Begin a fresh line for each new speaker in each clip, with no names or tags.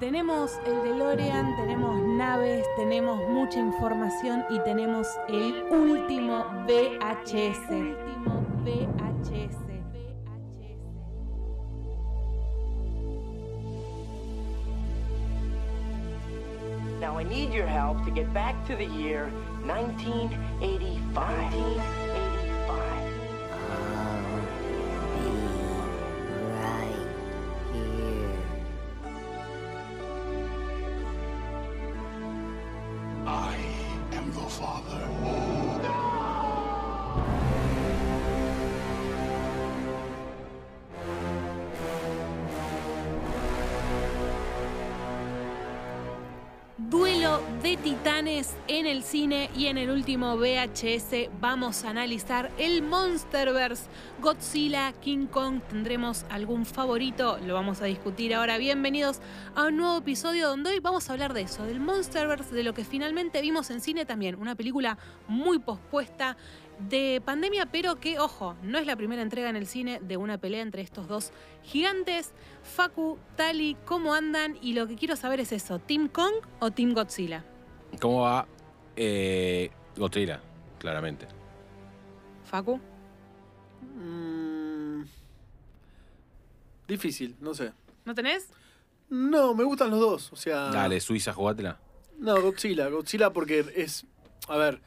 Tenemos el DeLorean, tenemos naves, tenemos mucha información y tenemos el último VHS. El último VHS.
Now I need your help to get back to the year 1985. 1985.
I am the father.
Duelo de titanes en el cine y en el último VHS vamos a analizar el Monsterverse, Godzilla, King Kong, tendremos algún favorito, lo vamos a discutir ahora. Bienvenidos a un nuevo episodio donde hoy vamos a hablar de eso, del Monsterverse, de lo que finalmente vimos en cine también, una película muy pospuesta de pandemia, pero que, ojo, no es la primera entrega en el cine de una pelea entre estos dos gigantes. Facu, Tali, ¿cómo andan? Y lo que quiero saber es eso, ¿Team Kong o Team Godzilla?
¿Cómo va eh, Godzilla? Claramente.
Facu.
Mm, Difícil, no sé.
¿No tenés?
No, me gustan los dos. O
Ah.
sea.
Dale, Suiza, jugátela.
No, Godzilla. Godzilla porque es. A ver,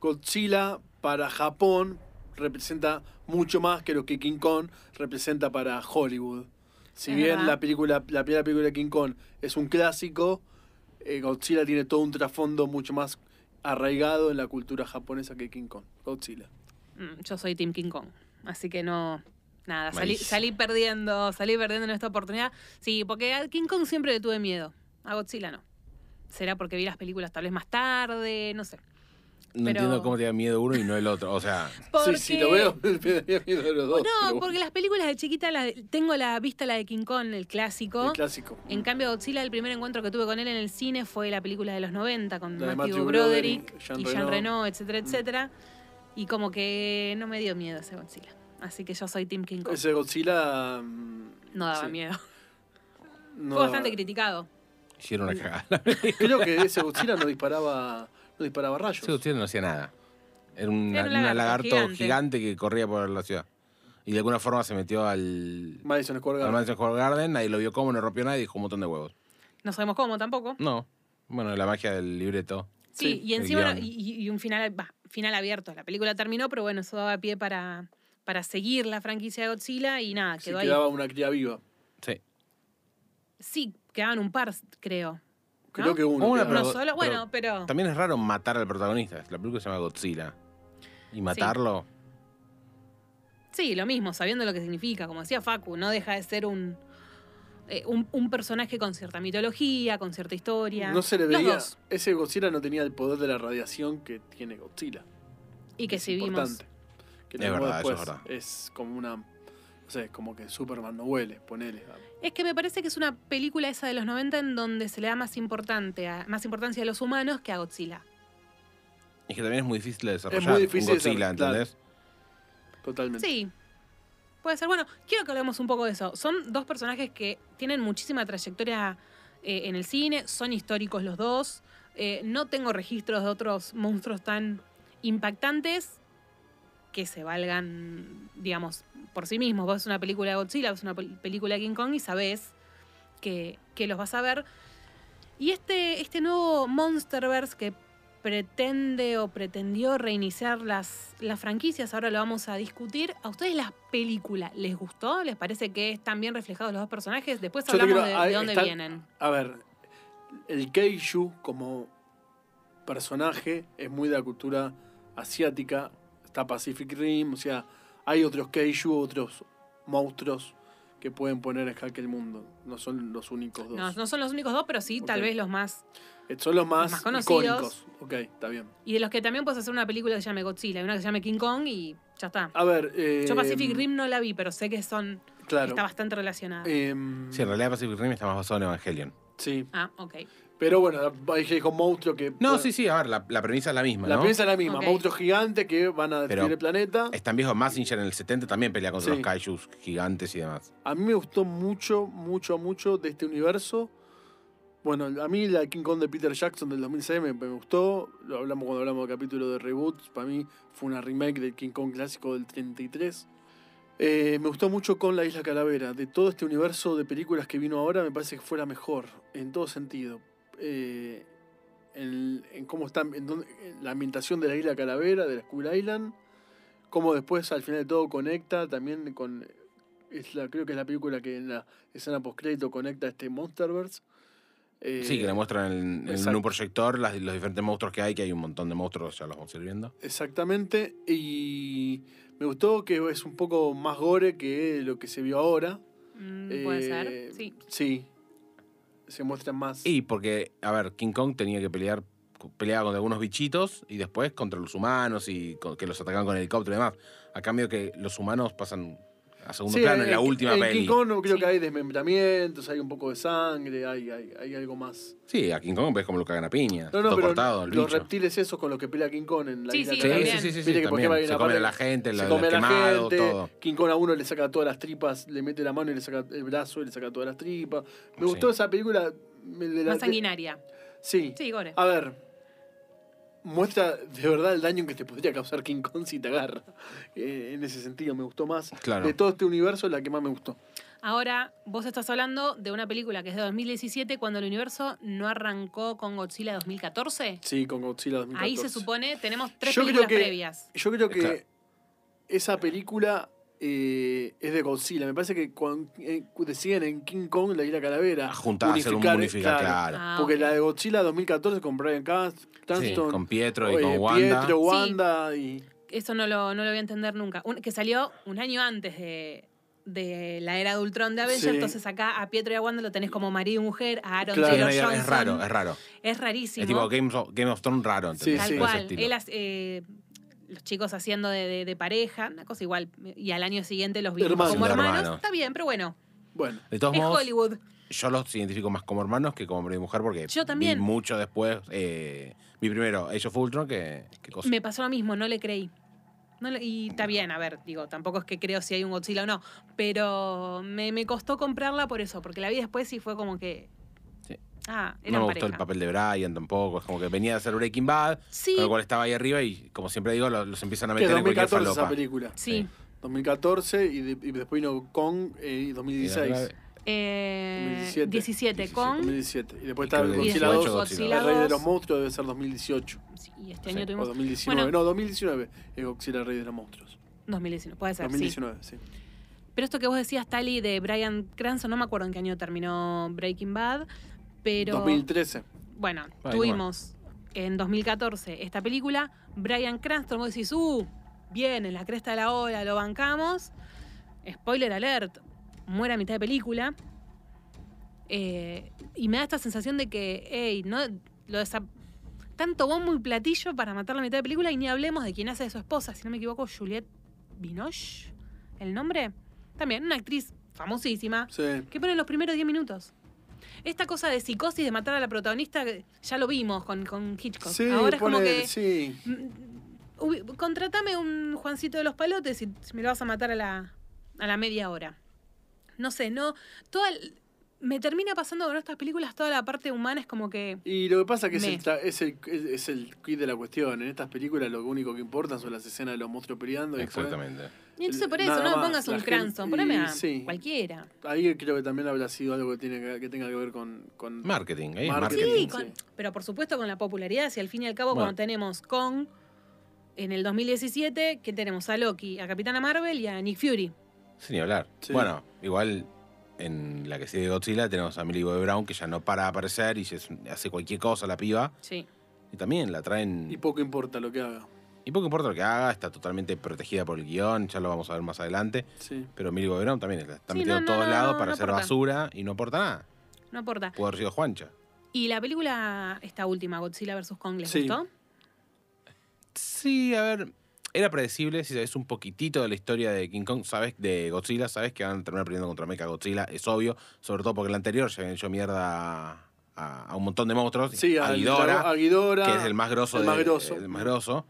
Godzilla para Japón representa mucho más que lo que King Kong representa para Hollywood. Si
Es
bien
verdad.
la película, la primera película de King Kong es un clásico, eh, Godzilla tiene todo un trasfondo mucho más arraigado en la cultura japonesa que King Kong. Godzilla.
Mm, Yo soy Team King Kong, así que no... Nada, salí,
Malísimo.
salí perdiendo, salí perdiendo en esta oportunidad. Sí, porque a King Kong siempre le tuve miedo, a Godzilla no. Será porque vi las películas tal vez más tarde, no sé.
No
Pero-
entiendo cómo te da miedo uno y no el otro. O sea,
Sí, sí, lo
Porque-
veo. me daría miedo los dos, pero
No,
bueno,
porque las películas de chiquita la- tengo la vista la de King Kong, el clásico.
el clásico.
En cambio, Godzilla, el primer encuentro que tuve con él en el cine fue la película de los 90 con
La
Matthew,
de Matthew
Broderick,
Broderick, Jean
y Jean
Reno.
Reno, etcétera,
Mm.
etcétera. Y como que no me dio miedo ese Godzilla. Así que yo soy Team King Kong.
Ese Godzilla. mm,
No daba
sí,
miedo.
no
fue
daba-
bastante criticado.
hicieron una cagada.
Creo que ese Godzilla no disparaba, no disparaba rayos.
Ese Godzilla no hacía nada. Era un,
Era un
una
lagarto
lagarto
gigante.
gigante. que corría por la ciudad. Y de alguna forma se metió al,
Madison Square
al
Garden.
Madison Square Garden, nadie lo vio cómo, no rompió nada y dijo un montón de huevos.
No sabemos cómo tampoco.
No. Bueno, la magia del libreto.
Sí,
Mm. Sí,
y
el
encima
guión.
y, y- y un final, bah, final abierto. La película terminó, pero bueno, eso daba pie para, para seguir la franquicia de Godzilla y nada,
Sí,
quedó ahí.
quedaba una cría viva.
Sí.
Sí, quedaban un par, creo.
Creo
¿No?
que uno.
Una,
quedaba.
Uno
Pero-
solo, bueno, pero.
También es raro matar al protagonista. La película se llama Godzilla. Y matarlo.
Sí, lo mismo, sabiendo lo que significa. Como decía Facu, no deja de ser un, eh, un, un personaje con cierta mitología, con cierta historia.
No se le
Los
veía.
dos.
Ese Godzilla no tenía el poder de la radiación que tiene Godzilla.
Y que
es
si vimos.
importante. Que
Es
tenemos
verdad, eso
después.
es verdad.
Es como una. No sé, como que Superman no huele, ponele.
Es que me parece que es una película esa de los 90 en donde se le da más, importante a- más importancia a los humanos que a Godzilla.
Es que también es muy difícil de desarrollar.
difícil
un
de
Godzilla,
desarrollar, claro.
¿entendés?
Totalmente.
Sí. Puede ser. Bueno, quiero que hablemos un poco de eso. Son dos personajes que tienen muchísima trayectoria eh, en el cine, son históricos los dos. Eh, no tengo registros de otros monstruos tan impactantes que se valgan, digamos, por sí mismos. Vos ves una película de Godzilla, ves una pel- película de King Kong y sabés que, que los vas a ver. Y este, este nuevo Monsterverse que pretende o pretendió reiniciar las, las franquicias, ahora lo vamos a discutir. ¿A ustedes la película les gustó? ¿Les parece que están bien reflejados los dos personajes? Después
Yo te
hablamos
quiero-
de,
ahí
de dónde
está-
vienen.
A ver, el Keiju como personaje es muy de la cultura asiática. Está Pacific Rim, o sea, hay otros Keiju, otros monstruos que pueden poner en jaque el mundo. No son los únicos dos.
No, no son los únicos dos, pero sí, tal
Ok.
vez los más.
Eh, Son los más,
Más conocidos.
icónicos. Ok, está bien.
Y de los que también puedes hacer una película que se llame Godzilla, y una que se llame King Kong y ya está.
A ver. eh,
Yo Pacific Rim no la vi, pero sé que son
Claro.
está bastante relacionada.
Em,
Sí, en realidad Pacific Rim está más basado en Evangelion.
sí.
ah, ok.
Pero bueno, hay que con monstruos que.
No,
bueno,
sí, sí, a ver, la, la premisa es la misma,
La
¿no?
piensa es la misma.
Ok.
Monstruos gigantes que van a destruir
Pero-
el planeta.
Es tan viejo Massinger en el 70 también pelea contra
Sí.
los kaijus gigantes y demás.
A mí me gustó mucho, mucho, mucho de este universo. Bueno, a mí la King Kong de Peter Jackson del 2006 me, me gustó. Lo hablamos cuando hablamos del capítulo de reboots. Para mí fue una remake del King Kong clásico del 33. Eh, me gustó mucho con La Isla Calavera. De todo este universo de películas que vino ahora, me parece que fue la mejor, en todo sentido. Eh, en, en cómo está en dónde- en la ambientación de la Isla Calavera, de la School Island. Cómo después, al final de todo, conecta también con. Es la, creo que es la película que en la escena postcrédito conecta a este Monsterverse. Eh,
Sí, que le muestran en, en
exacto.
un proyector las- los diferentes monstruos que hay, que hay un montón de monstruos, ya los vamos a ir viendo.
Exactamente, y me gustó que es un poco más gore que lo que se vio ahora.
Mm, Puede
Eh,
ser, sí.
Sí. Se muestran más.
Y porque, a ver, King Kong tenía que pelear, peleaba con algunos bichitos y después contra los humanos y con- que los atacaban con helicóptero y demás. A cambio que los humanos pasan a segundo
Sí,
plano en la
Ki-
última
en
peli.
King Kong creo
Sí.
que hay desmembramientos, hay un poco de sangre, hay, hay, hay algo más.
Sí, a King Kong ves como lo cagan a piña.
No, no,
todo
pero
cortado, el
los
bicho.
reptiles esos con los que pelea King Kong en la
Sí,
isla
sí,
Sí,
Calavera.
también.
sí, sí, sí,
Viste
sí,
que, por
también.
ejemplo, hay una
Se comen a
parte
la
que
gente,
se
la,
come
la
a la
quemado,
gente,
todo.
King Kong a uno le saca todas las tripas, le mete la mano y le saca el brazo y le saca todas las tripas. Me
Sí.
gustó esa película. me- de la- Ah.
Más
de-
sanguinaria.
Sí.
Sí, gore.
A ver, muestra de verdad el daño que te podría causar King Kong si te agarra. Eh, en ese sentido, me gustó más.
Claro.
De todo este universo, la que más me gustó.
Ahora, vos estás hablando de una película que es de 2017, cuando el universo no arrancó con Godzilla 2014.
Sí, con Godzilla 2014.
Ahí se supone, tenemos tres
Yo creo
películas
que-
previas.
Yo creo que
Claro.
esa película eh, es de Godzilla. Me parece que cuando eh, deciden en King Kong, la isla calavera,
A juntar, a hacer un
unificar,
unificar, claro.
Ah,
Porque
ok.
la de Godzilla 2014 con Brian Cast,
Sí,
Cranston,
con Pietro y
eh,
con Wanda.
Pietro,
Sí.
Wanda y...
Eso no lo, no lo voy a entender nunca. Un- que salió un año antes de, de la era de Ultron de Avengers.
Sí.
Entonces acá a Pietro y a Wanda lo tenés como marido y mujer, a Aaron
Claro.
Sí,
Taylor
no,
Johnson.
es raro, es raro.
Es rarísimo.
Es tipo Game of, Game of Thrones raro, ¿entendés?
Tal
Sí, sí.
Por ese
cual.
estilo.
Él hace- eh, los chicos haciendo de, de- de pareja, una cosa igual. Y al año siguiente los vimos
Hermanos.
como
Siendo
hermanos.
hermanos.
Está bien, pero bueno,
Bueno,
De todos
es
modos,
Hollywood.
yo los identifico más como hermanos que como hombre y mujer porque
Yo también.
vi mucho después, eh, vi primero Age of Ultron que, que cosa.
Me pasó lo mismo, no le creí. No le- y está bien, a ver, digo, tampoco es que creo si hay un Godzilla o no, pero me, me costó comprarla por eso, porque la vi después y fue como que...
Sí.
Ah,
no
eran
me
pareja.
gustó el papel de Brian tampoco, es como que venía de hacer Breaking Bad,
Sí,
con lo cual estaba ahí arriba y como siempre digo, lo- los, empiezan a
que es
meter en cualquier
2014 esa
falopa.
película.
sí.
2014 y, de- y después vino Kong eh, y
Y la
2016.
otra-
Eh,
2017.
17, con...
2017. Y después
Y
está
creo que
Godzilla
18
2.
Godzilla
El Rey de
2.
los Monstruos debe ser 2018.
Sí, y este año
Sí,
O
tuvimos...
2019.
Bueno.
No, 2019 es Godzilla Rey de los Monstruos.
2019, puede ser, sí.
2019, sí.
Pero esto que vos decías, Tali, de Brian Cranston, no me acuerdo en qué año terminó Breaking Bad, pero...
2013.
Bueno,
Ay,
tuvimos en 2014 esta película. Brian Cranston, vos decís, uh, bien, en la cresta de la ola, lo bancamos. Spoiler alert, muere a mitad de película. Eh, y me da esta sensación de que, hey, no, lo desa- tanto bombo y platillo para matar la mitad de película y ni hablemos de quién hace de su esposa, si no me equivoco, Juliette Binoche, el nombre. También una actriz famosísima
Sí.
que ponen los primeros 10 minutos. Esta cosa de psicosis de matar a la protagonista, que ya lo vimos con, con Hitchcock.
Sí,
Ahora es como
pone-
que.
sí.
mm, ubi- Contratame un Juancito de los Palotes y me lo vas a matar a la, a la media hora. No sé, no. Toda el- me termina pasando con estas películas, toda la parte humana es como que.
Y lo que pasa que es
Me.
el, tra- es, el, es, es el quid de la cuestión. En estas películas lo único que importa son las escenas de los monstruos peleando. y
Exactamente.
Y entonces por eso,
Nada
no me
más,
pongas
la
un
gente-
Cranston, poneme a
y sí.
cualquiera.
fue- Ahí creo que también habrá sido algo que, tiene que, que tenga que ver con... con
Marketing, ahí es
Marketing.
marketing.
Sí,
Sí.
con- pero por supuesto con la popularidad, si al fin y al cabo
Bueno.
cuando tenemos con en el 2017, que tenemos a Loki, a Capitana Marvel y a Nick Fury.
Sin ni hablar.
Sí.
Bueno, igual en la que sigue Godzilla tenemos a Millie Bobby Brown que ya no para de aparecer y ya es- hace cualquier cosa la piba.
Sí.
Y también la traen.
Y poco importa lo que haga.
Y poco importa lo que haga, está totalmente protegida por el guión, ya lo vamos a ver más adelante.
Sí.
Pero Millie Bobby Brown también está
Sí,
metida
no,
en
no,
todos
no,
lados
no,
para
no
hacer
aporta.
basura y no aporta nada.
No importa.
Pudo haber sido Juancha.
Y la película, esta última, Godzilla vs. Kong, ¿les
Sí.
gustó?
Sí, a ver. Era predecible, si sabes un poquitito de la historia de King Kong, sabes, de Godzilla, sabes que van a terminar peleando contra Mecha Godzilla, es obvio, sobre todo porque el anterior se habían hecho mierda a, a un montón de monstruos,
Sí,
a
al
Ghidorah,
dragón- a Ghidorah,
que es el más grosso
el
de-
más grosso.
el más grosso.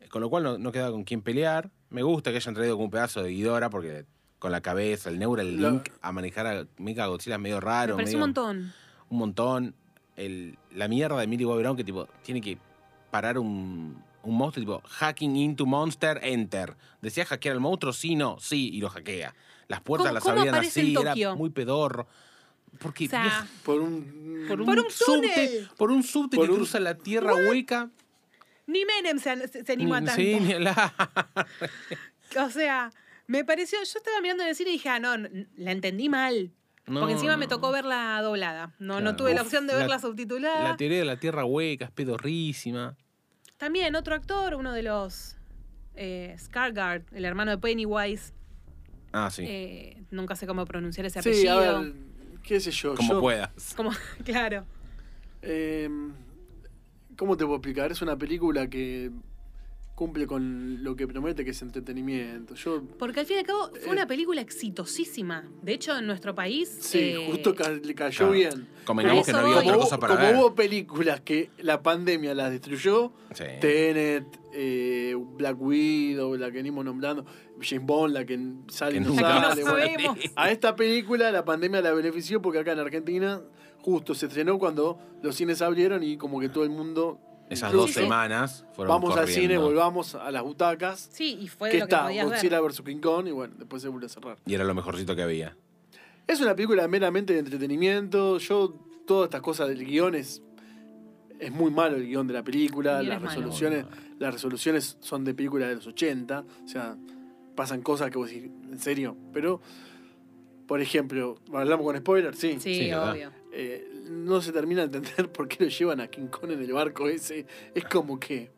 eh, Con lo cual no, no queda con quién pelear. Me gusta que hayan traído como un pedazo de Ghidorah porque con la cabeza, el Neura, el
La-
Link a manejar a Mecha Godzilla es medio
Me
raro.
pareció un
medio-
montón.
un montón. El- la mierda de Millie Bobby Brown que tipo tiene que parar un, un monstruo tipo hacking into monster, enter. Decía hackear al monstruo, sí, no, sí, y lo hackea. Las puertas
¿Cómo-
las
cómo
abrían
aparece en
así, era
Tokio?
muy pedorro. Porque
O sea,
vieja,
Por un.
por un,
Por un
subte,
túnel.
por un subte
Por
que
un-
cruza la tierra hueca.
Ni Menem se, se- se animó a
Ni-
tanto. Ah.
sí, ni hablar.
O sea, me pareció, yo estaba mirando en el cine y dije, ah, no, n- la entendí mal.
No,
Porque encima
no.
me tocó verla doblada. No, no
Claro.
tuve la
Uf,
opción de verla
la-
subtitulada.
La teoría de la tierra hueca es pedorrísima.
También otro actor, uno de los eh, Skarsgård, el hermano de Pennywise.
Ah, sí.
Eh, nunca sé cómo pronunciar ese apellido.
Sí, a ver, qué sé yo.
Como
yo-
puedas.
Como, claro.
Eh, ¿Cómo te puedo explicar? Es una película que cumple con lo que promete, que es entretenimiento. Yo,
Porque al fin y al cabo fue
Eh.
una película exitosísima. De hecho, en nuestro país.
sí,
eh,
justo ca- le cayó
Claro.
bien.
Ah. Convengamos
que
Como-
no había
como
otra
hubo-
cosa para
como
ver.
hubo películas que la pandemia las destruyó,
Sí.
Tenet, eh, Black Widow, la que venimos nombrando, James Bond, la que sale
Que
y no
nunca
la
sale.
que no
bueno.
sabemos.
A esta película la pandemia la benefició porque acá en Argentina justo se estrenó cuando los cines abrieron y como que todo el mundo...
Esas
incluso,
dos semanas fueron
Vamos al
corriendo.
cine, volvamos a las butacas.
Sí, y fue
Que
de lo que
está
podías ver.
Godzilla vs. King Kong y bueno, después se vuelve a cerrar.
Y era lo mejorcito que había.
Es una película meramente de entretenimiento. Yo, todas estas cosas del guión es, es muy malo el guión de la película.
Bien,
Las
es malo.
resoluciones, las resoluciones son de películas de los 80. O sea, pasan cosas que vos decís, ¿en serio? Pero, por ejemplo, hablamos con spoilers, sí.
Sí,
Sí, ¿verdad?
obvio.
Eh, no se termina de entender por qué lo llevan a King Kong en el barco ese. Es como que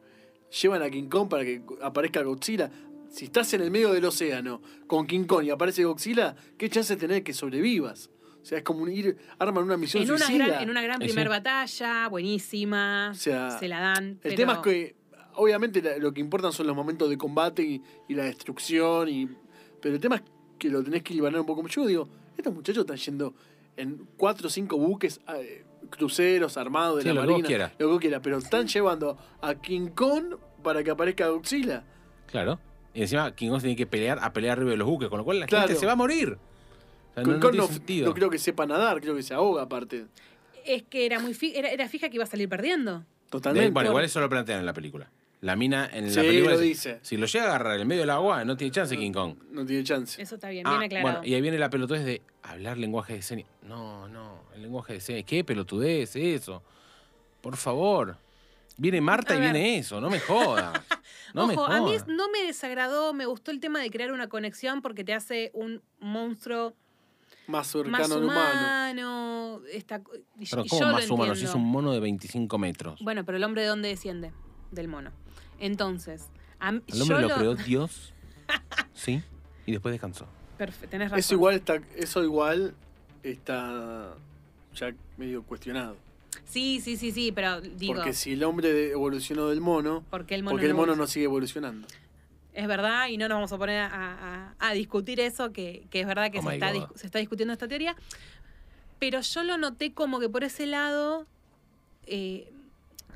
llevan a King Kong para que aparezca Godzilla. Si estás en el medio del océano con King Kong y aparece Godzilla, ¿qué chance tenés de que sobrevivas? O sea, es como un ir, arman una misión
En una,
suicida.
gran, en una gran
Eh, sí.
primer batalla, buenísima.
O sea,
se la dan.
El tema es que, obviamente, la- lo que importan son los momentos de combate y, y la destrucción. Y, pero el tema es que lo tenés que libanar un poco. Yo digo, estos muchachos están yendo en cuatro o cinco buques, eh, cruceros armados de
Sí,
la
lo que vos
marina,
quieras.
lo que vos quieras, pero están llevando a King Kong para que aparezca Godzilla.
Claro. Y encima King Kong tiene que pelear a pelear arriba de los buques, con lo cual la
Claro.
gente se va a morir. O sea,
King
no, no
Kong
tiene
no,
sentido.
no creo que sepa nadar, creo que se ahoga aparte.
Es que era, muy fi- era, era fija que iba a salir perdiendo.
De-
Totalmente.
bueno, igual eso lo plantean en la película. La mina en
Sí,
la película.
lo dice. Mm.
Si lo llega a agarrar en el medio del agua, no tiene chance King Kong.
No tiene chance.
Eso está bien,
Ah,
bien aclarado.
Bueno, y ahí viene la pelotudez de hablar lenguaje de señas. No, no, el lenguaje de señas. ¿Qué pelotudez es eso? Por favor. Viene Marta
A
y
ver.
viene eso, no me jodas. No me
Ojo, a mí
jodas.
no me desagradó, me gustó el tema de crear una conexión porque te hace un monstruo
Más cercano
más
al humano.
humano. esta co- y,
Pero
y
¿cómo
yo
más
lo
humano? Si
entiendo.
es un mono de 25 metros.
Bueno, pero el hombre de dónde desciende? Del mono. Entonces, a mí-
El hombre
yo
lo creó Dios, ¿sí? Y después descansó.
Perfe- tenés razón.
Eso igual está, eso igual está ya medio cuestionado.
Sí, sí, sí, sí, pero digo,
Porque si el hombre de- evolucionó del mono,
¿por qué el mono
porque el
no
mono
evoluciona?
no sigue evolucionando.
Es verdad, y no nos vamos a poner a, a- a discutir eso, que, que es verdad que
Oh
se,
my
está
God.
dis- se está discutiendo esta teoría. Pero yo lo noté como que por ese lado, eh,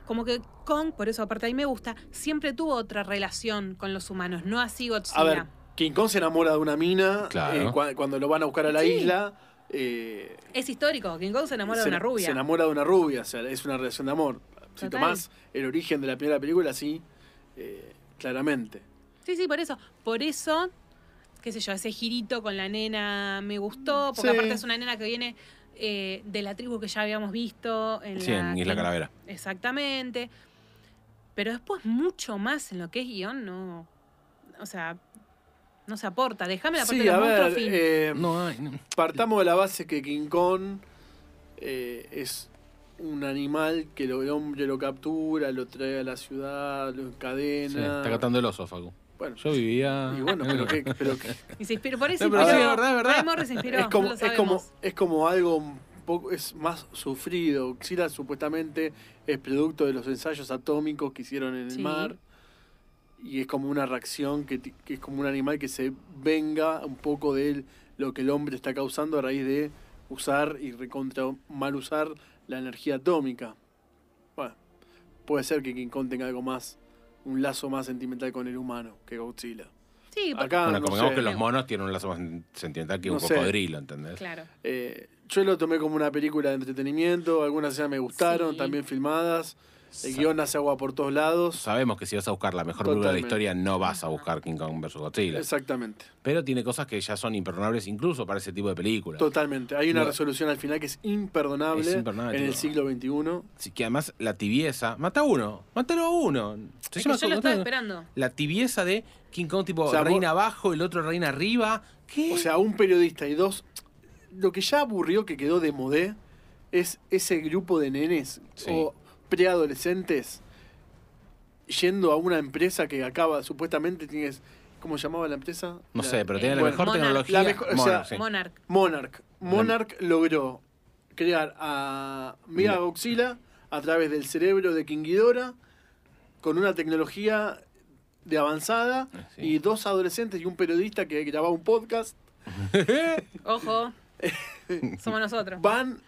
como que Kong, por eso aparte a mí me gusta, siempre tuvo otra relación con los humanos, no así Godzilla.
A ver, King Kong se enamora de una mina
Claro.
eh, cua- cuando lo van a buscar a la
Sí.
isla. eh,
Es histórico, King Kong se enamora
se,
de una rubia.
se enamora de una rubia, o sea, es una relación de amor. Si
Total.
tomás el origen de la primera película, sí, eh, claramente.
Sí, sí, por eso. Por eso, qué sé yo, ese girito con la nena me gustó, porque
Sí.
aparte es una nena que viene eh, de la tribu que ya habíamos visto. En
Sí, en Isla
Calavera.
Calavera.
Exactamente. Pero después mucho más en lo que es guión, no. O sea, no se aporta. Déjame la parte
Sí,
de
a
los monstruos,
ver,
fin.
eh,
No, ay, no.
Partamos de la base que King Kong eh, es un animal que lo- el hombre lo captura, lo trae a la ciudad, lo
Sí,
encadena.
está catando el esófago.
Bueno,
Yo vivía.
y bueno, pero, que, pero que-
Y se inspiró, por eso
No, pero
sí,
inspiró-
es verdad, es verdad.
Ray Morris se inspiró,
es, como,
lo
es, como,
sabemos.
es como algo un poco, es más sufrido. Xila supuestamente es producto de los ensayos atómicos que hicieron en el
Sí.
mar. Y es como una reacción que, ti- que es como un animal que se venga un poco de él, lo que el hombre está causando a raíz de usar y recontra mal usar la energía atómica. Bueno, puede ser que King Kong tenga algo más, un lazo más sentimental con el humano que Godzilla.
Sí, por-
Acá,
Bueno,
no
convengamos
sé.
que los monos tienen un lazo más sentimental que un
No sé.
cocodrilo, ¿entendés?
claro.
Eh, Yo lo tomé como una película de entretenimiento, algunas escenas me gustaron,
Sí.
también filmadas. El guión hace agua por todos lados.
Sabemos que si vas a buscar la mejor película de la
Totalmente.
historia, no vas a buscar King Kong vs. Godzilla.
Exactamente.
Pero tiene cosas que ya son imperdonables incluso para ese tipo de películas.
Totalmente. Hay una
No.
resolución al final que es imperdonable,
Es imperdonable,
en el
tipo.
siglo XXI.
Así que además la tibieza. Mata a uno, mátalo a uno. Se
Es que yo lo estaba
matalo.
esperando.
La tibieza de King Kong, tipo
O sea,
reina
vos-
abajo, el otro reina arriba. ¿Qué?
O sea, un periodista y dos. Lo que ya aburrió que quedó de modé es ese grupo de nenes
Sí.
o preadolescentes yendo a una empresa que acaba, supuestamente tienes. ¿Cómo llamaba la empresa?
no
La-
sé, pero tenía la
bueno,
mejor
Monarch.
tecnología.
Eh, La mejor- o
Monarch,
sea,
sí.
Monarch.
Monarch. Monarch logró crear a Mega Godzilla a través del cerebro de King Ghidorah con una tecnología de avanzada
Ah, Sí.
y dos adolescentes y un periodista que grababa un podcast
Ojo. Somos nosotros.
van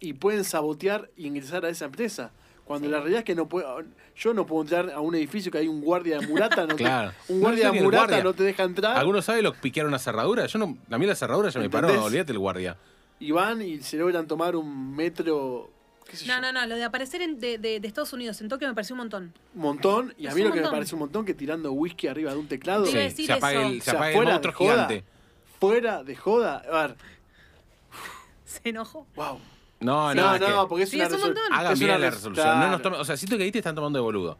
y pueden sabotear y ingresar a esa empresa. Cuando la realidad es que no puedo, yo no puedo entrar a un edificio que hay un guardia de murata, no te-
Claro.
un
No
guardia
sé ni
de
el
murata
guardia.
no te deja entrar.
¿Alguno sabe lo que piquearon una cerradura? Yo no, a mí la cerradura ya me paró,
¿Entendés?
olvídate el guardia.
Y van y se logran tomar un metro, qué sé
No,
yo,
no, no. Lo de aparecer en- de, de- de Estados Unidos en Tokio me pareció un montón.
un montón. Y a
Es
mí
un
lo que me
montón.
parece un montón que tirando whisky arriba de un teclado,
Te iba a
Sí,
decir
se apaga
eso.
el, se
O sea,
apaga el
fuera de
monstruo
joda.
gigante.
fuera de joda. A ver,
Se enojó.
wow.
No, no,
No,
es
no,
que-
porque es
Sí,
una
es un
resol-
montón.
Hagan
es
bien
una
la
res-
resolución. No nos
claro.
tomen- o sea, siento que ahí te están tomando de boludo.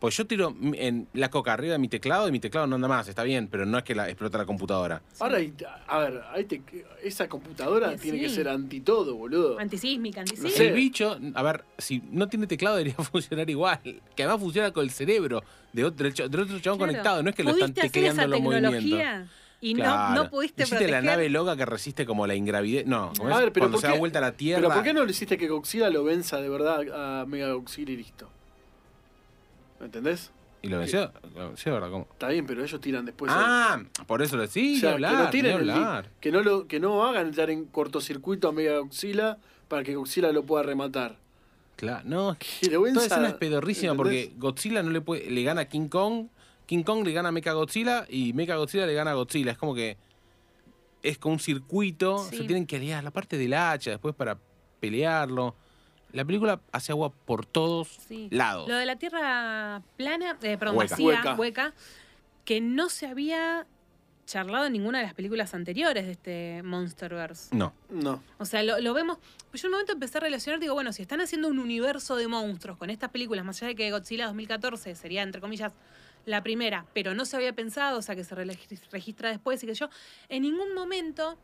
Pues yo tiro m- en la coca arriba de mi teclado y mi teclado no anda más, está bien, pero no es que la explota la computadora.
Ahora, hay- a ver, ahí te- esa computadora
Sí,
tiene que
sí.
ser anti todo, boludo.
Antisísmica,
No
antisísmica.
sé.
El bicho, a ver, si no tiene teclado debería funcionar igual. Que además funciona con el cerebro de otro, del ch- del otro chabón
Claro.
conectado, no es que lo
Pudiste
están
hacer
tecleando
esa
los movimientos.
tecnología Y
Claro.
no, no pudiste
Hiciste
proteger.
la nave loca que resiste como la ingravidez. No, ¿cómo es?
A ver, pero
cuando
¿por
se da
qué-
vuelta a la Tierra.
Pero ¿por qué no le hiciste que Godzilla lo venza de verdad a Mega Godzilla y listo? ¿Me entendés?
Y lo venció. Lo venció, ¿verdad? ¿Cómo?
Está bien, pero ellos tiran después.
ah, por eso lo sí,
el-
ni
o sea,
hablar,
que no tiren
ni
el-
hablar.
que no lo, que no hagan entrar en cortocircuito a Mega Godzilla para que Godzilla lo pueda rematar.
Claro, no, es que
Que lo venza,
Toda escena es pedorrísima
¿entendés?
porque Godzilla no le puede, le gana a King Kong, King Kong le gana a Mecha Godzilla y Mecha Godzilla le gana a Godzilla. Es como que es con un circuito,
Sí.
se tienen que aliar la parte del hacha después para pelearlo. La película hace agua por todos
Sí.
lados.
Lo de la tierra plana, eh, perdón,
Hueca.
vacía,
Hueca.
hueca. que no se había charlado en ninguna de las películas anteriores de este Monsterverse.
No,
No.
O sea, lo, lo vemos. Pues yo en un momento empecé a relacionar, digo, bueno, si están haciendo un universo de monstruos con estas películas, más allá de que Godzilla 2014 sería, entre comillas, la primera, pero no se había pensado, o sea, que se rele- registra después y que yo, en ningún momento,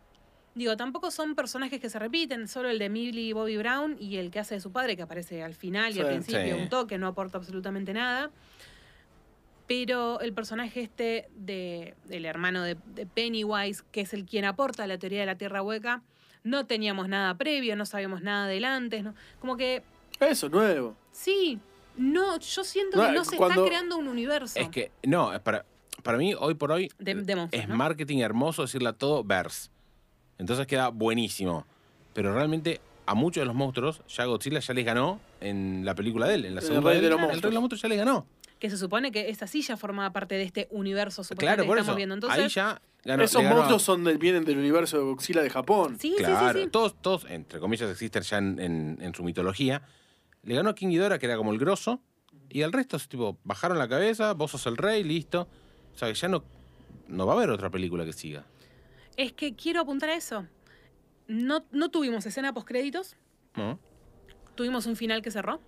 digo, tampoco son personajes que se repiten, solo el de Millie y Bobby Brown y el que hace de su padre, que aparece al final y al
Sí.
principio,
Sí.
un toque, no aporta absolutamente nada. Pero el personaje este de, del hermano de, de Pennywise, que es el quien aporta la teoría de la Tierra Hueca, no teníamos nada previo, no sabíamos nada del antes. ¿no? Como que,
Eso, nuevo.
sí, no, yo siento
No,
que no se
cuando-
está creando un universo
es que no, es para para mí hoy por hoy
de, de monstruos,
es
¿no?
marketing hermoso decirle a todo verse. Entonces queda buenísimo. Pero realmente a muchos de los monstruos ya Godzilla ya les ganó en la película de él, en la
El
segunda
Rey
él,
de los
El Rey de los Monstruos ya les ganó.
Que se supone que esa silla formaba parte de este universo supuestamente
Claro, por
que
eso.
estamos viendo. Entonces,
Ahí ya ganó.
Esos
le ganó a-
monstruos son del, vienen del universo de Godzilla de Japón.
sí,
Claro,
sí, sí, sí.
todos, todos, entre comillas, existen ya en, en- en su mitología. Le ganó a King Ghidorah, que era como el grosso, y al resto, es tipo, bajaron la cabeza, vos sos el rey, listo. O sea, que ya no, no va a haber otra película que siga.
Es que quiero apuntar a eso. No, no tuvimos escena postcréditos,
¿No?
tuvimos un final que cerró.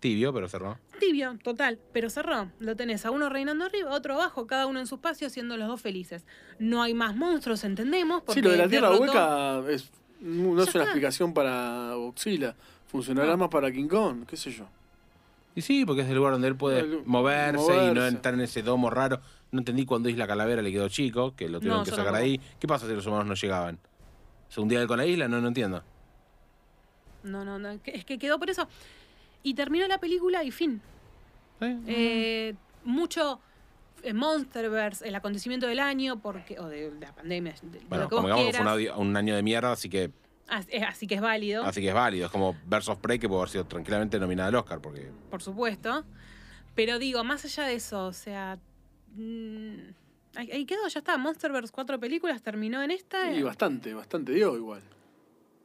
Tibio, pero cerró.
Tibio, total, pero cerró. Lo tenés a uno reinando arriba, a otro abajo, cada uno en su espacio, siendo los dos felices. No hay más monstruos, entendemos. Porque
Sí, lo de la Tierra
derrotó-
Hueca es, no
Ya
es una
está. Ah.
explicación para Godzilla. Funcionará
No.
más para King Kong, qué sé yo.
Y sí, porque es el lugar donde él puede
El-
moverse, y no
moverse.
entrar en ese domo raro. No entendí cuando Isla Calavera le quedó chico, que lo tuvieron
No,
que
yo
sacar
tampoco.
ahí. ¿Qué pasa si los humanos no llegaban? ¿Se hundía él con la isla? No, no entiendo.
No, no, no. que- Es que quedó por eso. Y terminó la película y fin.
¿Sí?
Eh, mucho eh, Monsterverse, el acontecimiento del año, porque o de, de la pandemia, de- de
bueno,
lo que vos
convengamos que fue un,
quieras.
audio- un año de mierda, así que
As- eh, Así, que es válido,
Así que es válido, es como Versus of Prey que pudo haber sido tranquilamente nominada al Oscar, porque
por supuesto. Pero digo, más allá de eso, o sea, mm, Ahí, ahí quedó, ya está. Monsterverse, cuatro películas, terminó en esta.
Y bastante, bastante dio igual.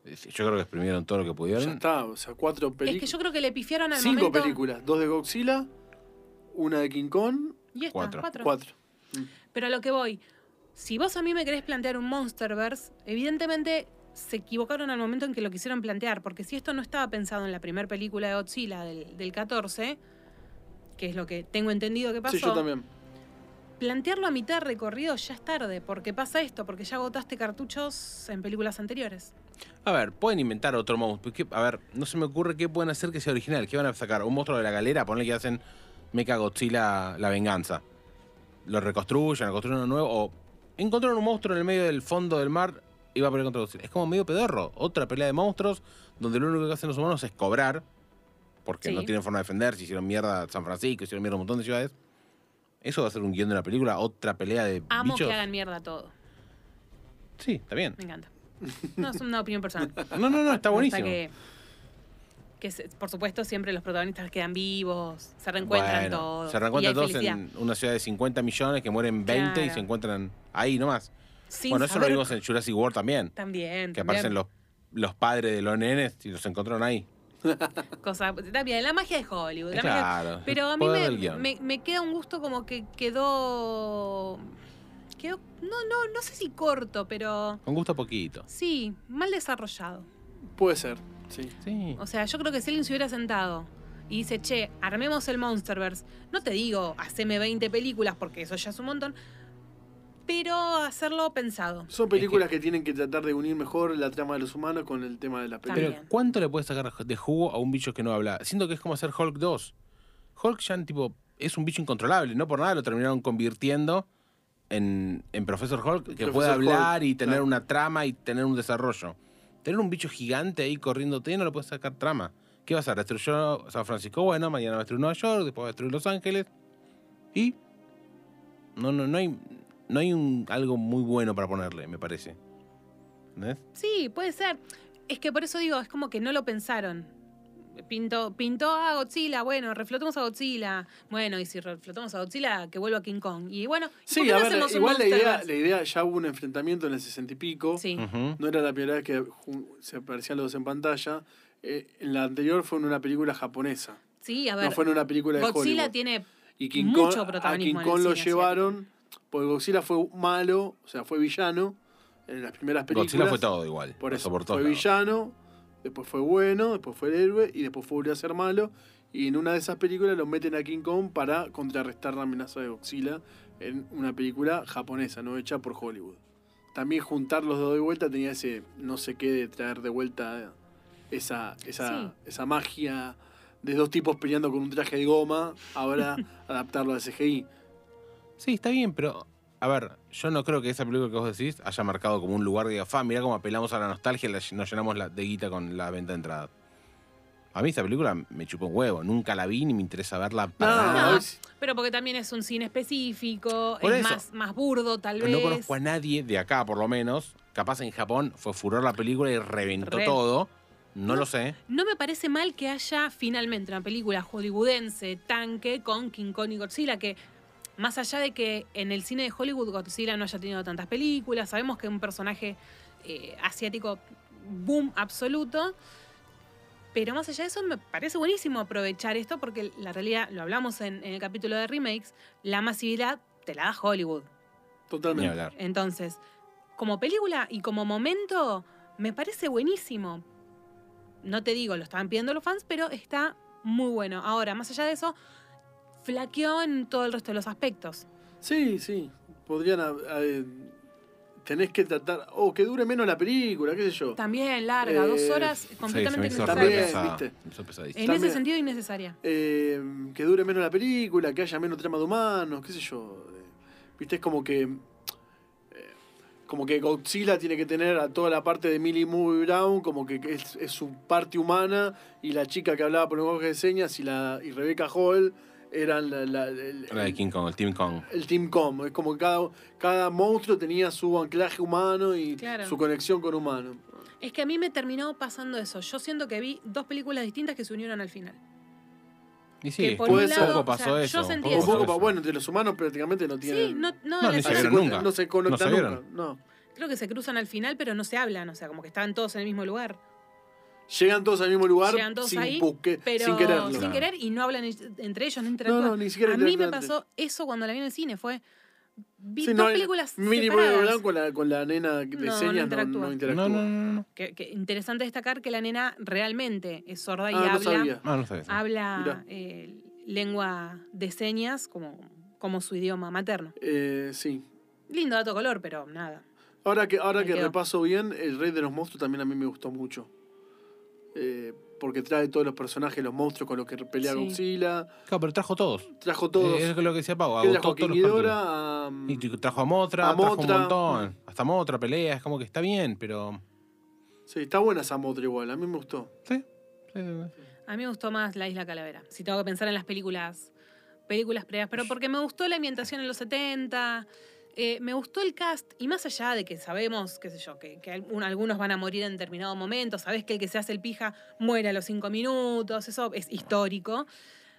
Yo creo que exprimieron todo lo que
Ya
pudieron.
está, o sea, cuatro
es que
películas.
yo creo que le pifiaron al
Cinco
momento.
películas, dos de Godzilla, una de King Kong,
Y esta,
Cuatro.
cuatro.
cuatro.
Pero a lo que voy, si vos a mí me querés plantear un Monsterverse, evidentemente se equivocaron al momento en que lo quisieron plantear, porque si esto no estaba pensado en la primera película de Godzilla del, del 14, que es lo que tengo entendido que pasó,
Sí, yo también.
plantearlo a mitad de recorrido ya es tarde, porque pasa esto, porque ya agotaste cartuchos en películas anteriores.
A ver, pueden inventar otro monstruo. ¿Qué- A ver, no se me ocurre qué pueden hacer que sea original. ¿Qué van a sacar? ¿Un monstruo de la galera? Ponle que hacen Mecha Godzilla la venganza. Lo reconstruyen, lo construyen uno nuevo. O encontraron un monstruo en el medio del fondo del mar y va a pelear contra Godzilla. Es como medio pedorro. Otra pelea de monstruos donde lo único que hacen los humanos es cobrar. Porque
Sí.
no tienen forma de defenderse. Hicieron mierda a San Francisco, hicieron mierda a un montón de ciudades. Eso va a ser un guión de una película. Otra pelea de
Amo
bichos.
que hagan mierda todo.
Sí, está bien.
Me encanta. No, es una opinión personal.
No, no, no, está
Me gusta
buenísimo.
Que, que se- por supuesto, siempre los protagonistas quedan vivos, se reencuentran
Bueno,
todos.
Se
y
reencuentran
hay
todos
felicidad.
en una ciudad de 50 millones que mueren 20 y
Claro.
se encuentran ahí nomás.
Sin
bueno, eso lo
saber-
vimos en Jurassic World también.
También. también.
Que aparecen los, los padres de los nenes y los encontraron ahí.
Cosa, también, la magia de Hollywood. la magia-
Claro.
Pero a
el
mí
poder
me,
del guión.
me- me queda un gusto como que quedó. quedó no, no, no sé si corto, pero
Con gusto a poquito.
sí, mal desarrollado.
Puede ser, sí.
Sí.
O sea, yo creo que si alguien se hubiera sentado y dice, che, armemos el Monsterverse, no te digo, haceme 20 películas, porque eso ya es un montón, pero hacerlo pensado.
Son películas que... tienen que tratar de unir mejor la trama de los humanos con el tema de la película.
Pero
También.
¿cuánto le puedes sacar de jugo a un bicho que no habla? Siento que es como hacer Hulk 2. Hulk ya tipo, es un bicho incontrolable, no por nada lo terminaron convirtiendo en, en Profesor Hulk, que
Profesor
puede hablar
Hulk,
y tener
claro.
una trama y tener un desarrollo. Tener un bicho gigante ahí corriéndote no le puedes sacar trama. ¿Qué vas a hacer? Destruyó San Francisco, bueno, mañana va a destruir Nueva York, después va a destruir Los Ángeles. Y no, no, no hay, no hay un, algo muy bueno para ponerle, me parece. ¿Entendés?
Sí, puede ser. Es que por eso digo, es como que no lo pensaron. Pintó, pintó a Godzilla, bueno, reflotamos a Godzilla. Bueno, y si reflotamos a Godzilla, que vuelva King Kong. Y bueno, ¿y por
Sí,
qué
a
no
ver,
hacemos un
igual la idea, mm,
Monsterverse?
la idea ya hubo un enfrentamiento en el sesenta y pico.
Sí,
Ujú.
No era la primera vez que ju- se aparecían los dos en pantalla. Eh, en la anterior fue en una película japonesa.
sí, a ver.
No fue en una película de
Godzilla
Hollywood.
tiene
y King
mucho
Kong, a King
protagonismo en el
Kong lo
cine asiático.
llevaron, porque Godzilla fue malo, o sea, fue villano en las primeras películas.
Godzilla fue todo igual.
Por
pasó
eso,
por todos
fue
lados.
villano, después fue bueno, después fue el héroe y después volvió a ser malo. Y en una de esas películas lo meten a King Kong para contrarrestar la amenaza de Godzilla en una película japonesa, no hecha por Hollywood. También juntar los dos de vuelta tenía ese no sé qué de traer de vuelta esa, esa,
Sí.
esa magia de dos tipos peleando con un traje de goma, ahora adaptarlo al CGI.
Sí, está bien, pero. A ver, yo no creo que esa película que vos decís haya marcado como un lugar de fa, mirá cómo apelamos a la nostalgia y la- nos llenamos la, de guita con la venta de entradas. A mí esa película me chupó un huevo, nunca la vi ni me interesa verla para
No,
nada.
no,
es-
Pero porque también es un cine específico,
Por
es
eso.
más, más burdo tal vez.
No conozco a nadie de acá, por lo menos. Capaz en Japón fue furor la película y reventó
Re.
todo. No, lo sé.
No me parece mal que haya finalmente una película hollywoodense, tanque, con King Kong y Godzilla, que más allá de que en el cine de Hollywood Godzilla no haya tenido tantas películas, sabemos que es un personaje eh, asiático boom absoluto, pero más allá de eso me parece buenísimo aprovechar esto porque la realidad, lo hablamos en, en el capítulo de remakes, la masividad te la da Hollywood.
Ni
totalmente.
hablar.
Entonces, como película y como momento, me parece buenísimo. No te digo, lo estaban pidiendo los fans, pero está muy bueno. Ahora, más allá de eso, flaqueó en todo el resto de los aspectos.
Sí, sí. Podrían. ah, ah, eh, tenés que tratar. O que dure menos la película, qué sé yo.
También larga,
Eh,
dos horas, completamente
Sí, se me hizo re
También,
innecesaria.
pesada.
¿viste?
Me hizo pesadísimo.
En ese
También.
sentido, innecesaria.
Eh, que dure menos la película, que haya menos trama de humanos, qué sé yo. Eh, Viste, es como que. eh, Como que Godzilla tiene que tener a toda la parte de Millie Movie Brown, como que es, es su parte humana, y la chica que hablaba por lenguaje de señas y, la, y Rebecca Hall eran la, la- el,
La de King Kong, el Team Kong.
el Team Com. Es como que cada, cada monstruo tenía su anclaje humano y
Claro.
su conexión con humano.
Es que a mí me terminó pasando eso. Yo siento que vi dos películas distintas que se unieron al final.
Y sí,
que por
puede
un
ser.
lado,
poco pasó
o sea,
eso.
yo sentí
Poco
Un
eso.
poco,
eso.
pa- bueno, entre los humanos prácticamente no tienen.
Sí, no, no,
No,
les-
ni se vieron
cuenta-
nunca.
No se conectan
No se
nunca.
vieron.
No.
creo que se cruzan al final, pero no se hablan, o sea, como que estaban todos en el mismo lugar.
Llegan todos al mismo lugar
Llegan todos
sin,
ahí,
busque-
pero
sin quererlo.
sin
Claro.
querer y no hablan en- entre ellos, no interactúan.
No, no, ni siquiera
A mí me
interactúan entre-
pasó eso cuando la vi en el cine, fue vi
Sí,
dos
no,
películas
Mínimo
separadas.
hablan con la, con la nena de
No, no
señas, no,
interactúa.
no interactúa.
No, no, no, no.
Que, que interesante destacar que la nena realmente es sorda y
Ah, no
habla,
sabía.
Ah, no sabes.
habla
Mirá.
eh, lengua de señas como, como su idioma materno.
Eh, sí.
Lindo dato color, pero nada.
Ahora que, ahora
Me
que
quedo.
repaso bien, El Rey de los Monstruos también a mí me gustó mucho. Eh, porque trae todos los personajes, los monstruos con los que pelea
Sí.
Godzilla.
Ah.
Claro, pero trajo todos.
Trajo todos.
Eh, eso es lo que decía Pau.
Él
agotó
trajo a Ah,
todos los capítulos.
Kingidora, a-
Y t- trajo a Motra,
A
trajo
Mothra.
un montón. Hasta Motra pelea, es como que está bien, pero.
Sí, está buena esa motra igual, a mí me gustó.
Sí. sí, sí, sí.
A mí me gustó más La Isla Calavera, si tengo que pensar en las películas, películas previas, pero porque me gustó la ambientación en los 70, eh, me gustó el cast, y más allá de que sabemos, qué sé yo, que, que algún- algunos van a morir en determinado momento, sabes que el que se hace el pija muere a los cinco minutos, eso es histórico.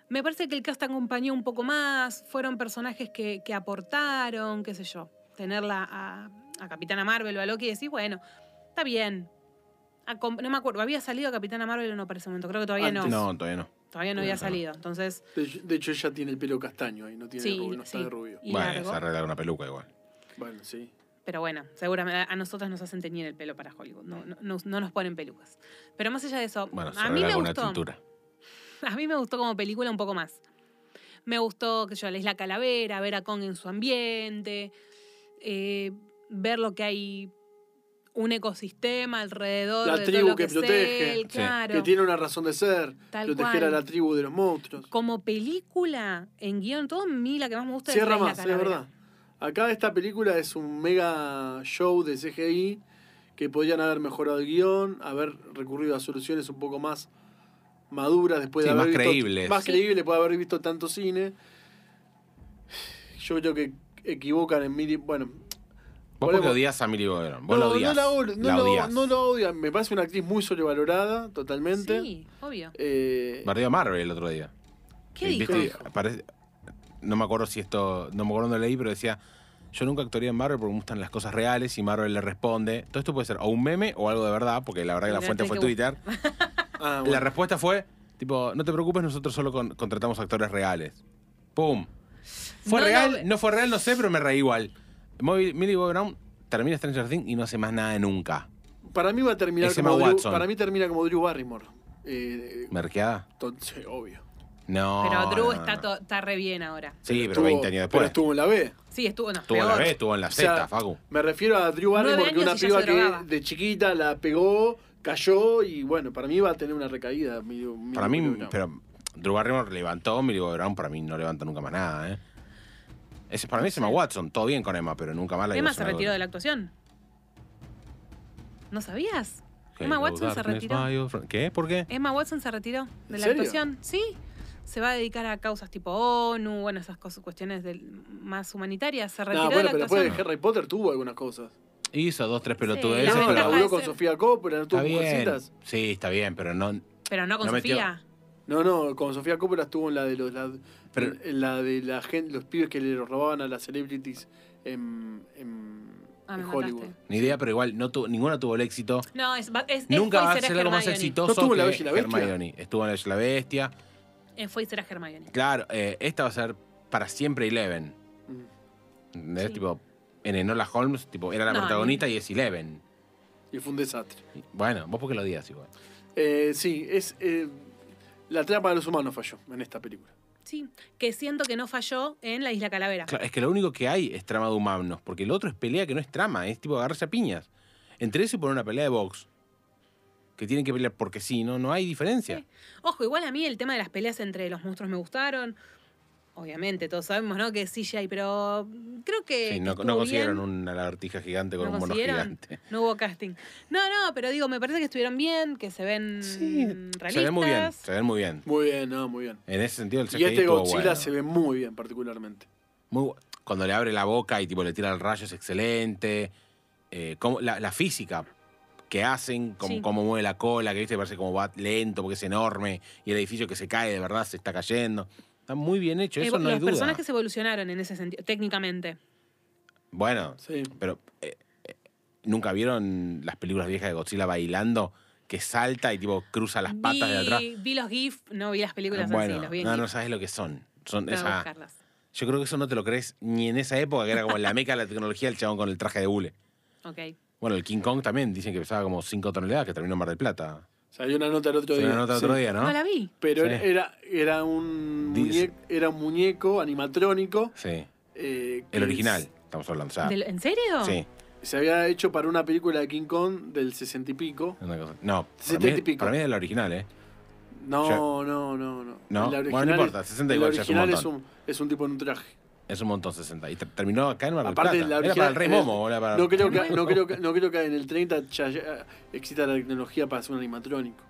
Me parece que el cast acompañó un poco más, fueron personajes que, que aportaron, qué sé yo, tenerla a, a Capitana Marvel o a Loki y decir, bueno, está bien. Acom- No me acuerdo, ¿había salido Capitana Marvel o no para ese momento? Creo que todavía no.
Antes.
No, todavía no.
Todavía no había
Claro.
salido. Entonces,
De, de hecho, ella tiene el pelo castaño ahí, no tiene
Sí,
rubio, no está
sí.
de rubio.
y
bueno,
largo.
se arregla una peluca igual.
Bueno, sí.
Pero bueno, seguramente a nosotras nos hacen teñir el pelo para Hollywood. No, no, no- no nos ponen pelucas. Pero más allá de eso,
Bueno, se
a mí
arregla
me
con una
gustó.
tintura.
A mí me gustó como película un poco más. Me gustó, que yo, la Isla Calavera, ver a Kong en su ambiente, eh, ver lo que hay, un ecosistema alrededor
La
de
tribu
todo lo
que
que,
protege.
Es él,
Sí.
claro.
Que tiene una razón de ser,
Tal
proteger a
cual.
la tribu de los monstruos.
Como película, en guión, todo a mí la que más me gusta
Cierra
es la Isla
más, es
Calavera.
verdad. Acá esta película es un mega show de CGI que podían haber mejorado el guión, haber recurrido a soluciones un poco más maduras después
Sí,
de
más
haber visto,
creíbles.
Más
Sí.
creíble después de haber visto tanto cine. Yo creo que equivocan en mil... y- Bueno,
Vos porque
Volvemos.
odias a Millie Bobby Brown. Vos la odias.
la, odio- no
la
la-
odias.
no la odio. Me parece una actriz muy sobrevalorada, totalmente.
Sí, obvio.
Eh,
Bardeó a Marvel el otro día.
¿Qué
Y,
dijo?
Eh, ¿viste? Parece- no me acuerdo si esto. No me acuerdo dónde leí, pero decía. Yo nunca actuaría en Marvel porque me gustan las cosas reales y Marvel le responde. Todo esto puede ser o un meme o algo de verdad, porque la verdad que la
Mirá,
fuente
tenés
fue
que
Twitter.
ah,
La
bueno.
respuesta fue, tipo, no te preocupes, nosotros solo con- contratamos actores reales. ¡Pum! ¿Fue
No, eh.
real?
no,
No, fue real, no sé, pero me reí igual. Moby- Millie Bobby Brown termina Stranger Things y no hace más nada nunca.
Para mí va a terminar
Es Emma
como Drew,
Watson.
para mí termina como Drew Barrymore. Eh,
¿Merqueada?
entonces, obvio.
No.
Pero Drew
no,
está,
no.
to- está re bien ahora.
Sí, pero
Estuvo-
20 años
Pero
después.
estuvo en la B.
Sí, estuvo, no,
Estuvo en la
peor.
B, estuvo en la
O sea,
Z, Facu.
Me refiero a Drew Barrymore,
Nueve
que una
años y ya
piba
se drogaba.
que de chiquita la pegó, cayó y bueno, para mí va a tener una recaída. mi- mi-
Para
mi-
mí,
no.
pero Drew Barrymore levantó, Millie Bobby Brown para mí no levanta nunca más nada, ¿eh? Ese, para mí es Emma Watson, todo bien con Emma, pero nunca más la
Emma
vimos
se
en algo.
retiró de la actuación. ¿No sabías?
Hello,
Emma Watson se
darkness,
retiró.
my old friend. ¿Qué? ¿Por qué?
Emma Watson se retiró de
¿En
la
serio?
actuación. Sí. Se va a dedicar a causas tipo ONU, bueno, esas cosas, cuestiones del- más humanitarias. Se
No,
retiró de
bueno,
la
pero después
actuación.
de Harry Potter tuvo algunas cosas.
Hizo dos, tres pelotudes.
Esa
No,
es la-
laburó con
Esa-
Sofía Coppola, no tuvo
Está bien.
mujercitas.
Sí, está bien, pero no.
Pero no con
No metió-
Sofía.
No, no, con Sofía Coppola estuvo en la de los la,
Pero-
en la de la gente, los pibes que le robaban a las celebrities en, en-
Ah,
en
me
Hollywood.
mataste.
Ni idea, pero igual no tu- ninguna tuvo el éxito.
No, es, va- es,
Nunca
es
va a
Foycer
ser algo más
Hermione.
exitoso.
¿No estuvo en La
que
Bella y la Bestia?
Hermione. Estuvo en La Bella y la Bestia.
Es Foycer a Hermione.
Claro, eh, esta va a ser para siempre Eleven.
Mm.
¿Entendés?
Sí.
Tipo, en Enola Holmes, tipo, era la
No,
protagonista y es Eleven.
Y fue un desastre.
Y, Bueno, vos porque lo odias igual.
Eh, sí, es eh, la trampa de los humanos falló en esta película.
Sí, que siento que no falló en la Isla Calavera.
Claro, es que lo único que hay es trama de humanos, porque el otro es pelea que no es trama, es tipo agarrarse a piñas. Entre eso y poner una pelea de box, que tienen que pelear porque sí, no, no hay diferencia.
Sí. Ojo, igual a mí el tema de las peleas entre los monstruos me gustaron. Obviamente, todos sabemos, ¿no? Que es CGI, pero creo que.
Sí, no,
eh, que
no
estuvo
consiguieron
bien.
una lagartija gigante con
¿No
un mono
consiguieron? Mm,
gigante.
No hubo casting. No, no, pero digo, me parece que estuvieron bien, que se ven realistas.
se ven muy bien, se ven muy bien.
Muy bien, no, muy bien.
En ese sentido el CGI
Y este
estuvo
Godzilla
bueno.
se ve muy bien particularmente.
Muy bu- cuando le abre la boca y tipo le tira el rayo es excelente. Eh, cómo- la, la física que hacen, como,
Sí.
cómo mueve la cola, que viste, parece como va lento porque es enorme y el edificio que se cae de verdad se está cayendo. Está muy bien hecho,
Eh,
eso no hay
los
duda.
personajes evolucionaron en ese sentido, técnicamente.
Bueno,
Sí.
pero eh, eh, ¿nunca vieron las películas viejas de Godzilla bailando? Que salta y tipo cruza las patas de atrás.
Vi- Vi los GIF, no vi las películas en sí,
Bueno,
los vi en
no,
GIF.
no sabes lo que son. Son
Tengo que
esa-
buscarlas.
yo creo que eso no te lo crees ni en esa época, que era como la meca de la tecnología, el chabón con el traje de hule.
Ok.
Bueno, el King Kong también dicen que pesaba como 5 toneladas, que terminó en Mar del Plata.
O sea, había una nota el otro
Se
día.
una nota
sí.
otro día,
¿No?
¿no?
la vi.
Pero
Sí.
era, era, un
Dice.
muñe- era un muñeco animatrónico.
Sí.
eh, que
El original, estamos hablando. o sea,
Del- ¿En serio?
Ah. sí,
Se había hecho para una película de King Kong del 60 y pico.
una cosa- No, para mí,
70 y pico.
para mí es la original, ¿eh?
No,
Yo-
no, no, no.
No, bueno, no
La original
importa,
es-
60
la
igual ya es un
original es
montón.
un, es un tipo en un traje.
Es un montón 60. Y ter- terminó acá en Mar del
Aparte,
Plata.
la
Era
original-
para el Rey
en el-
Momo. era para-
No creo, que, no, creo que, no creo que en el 30 ya, ya exista la tecnología para hacer un animatrónico.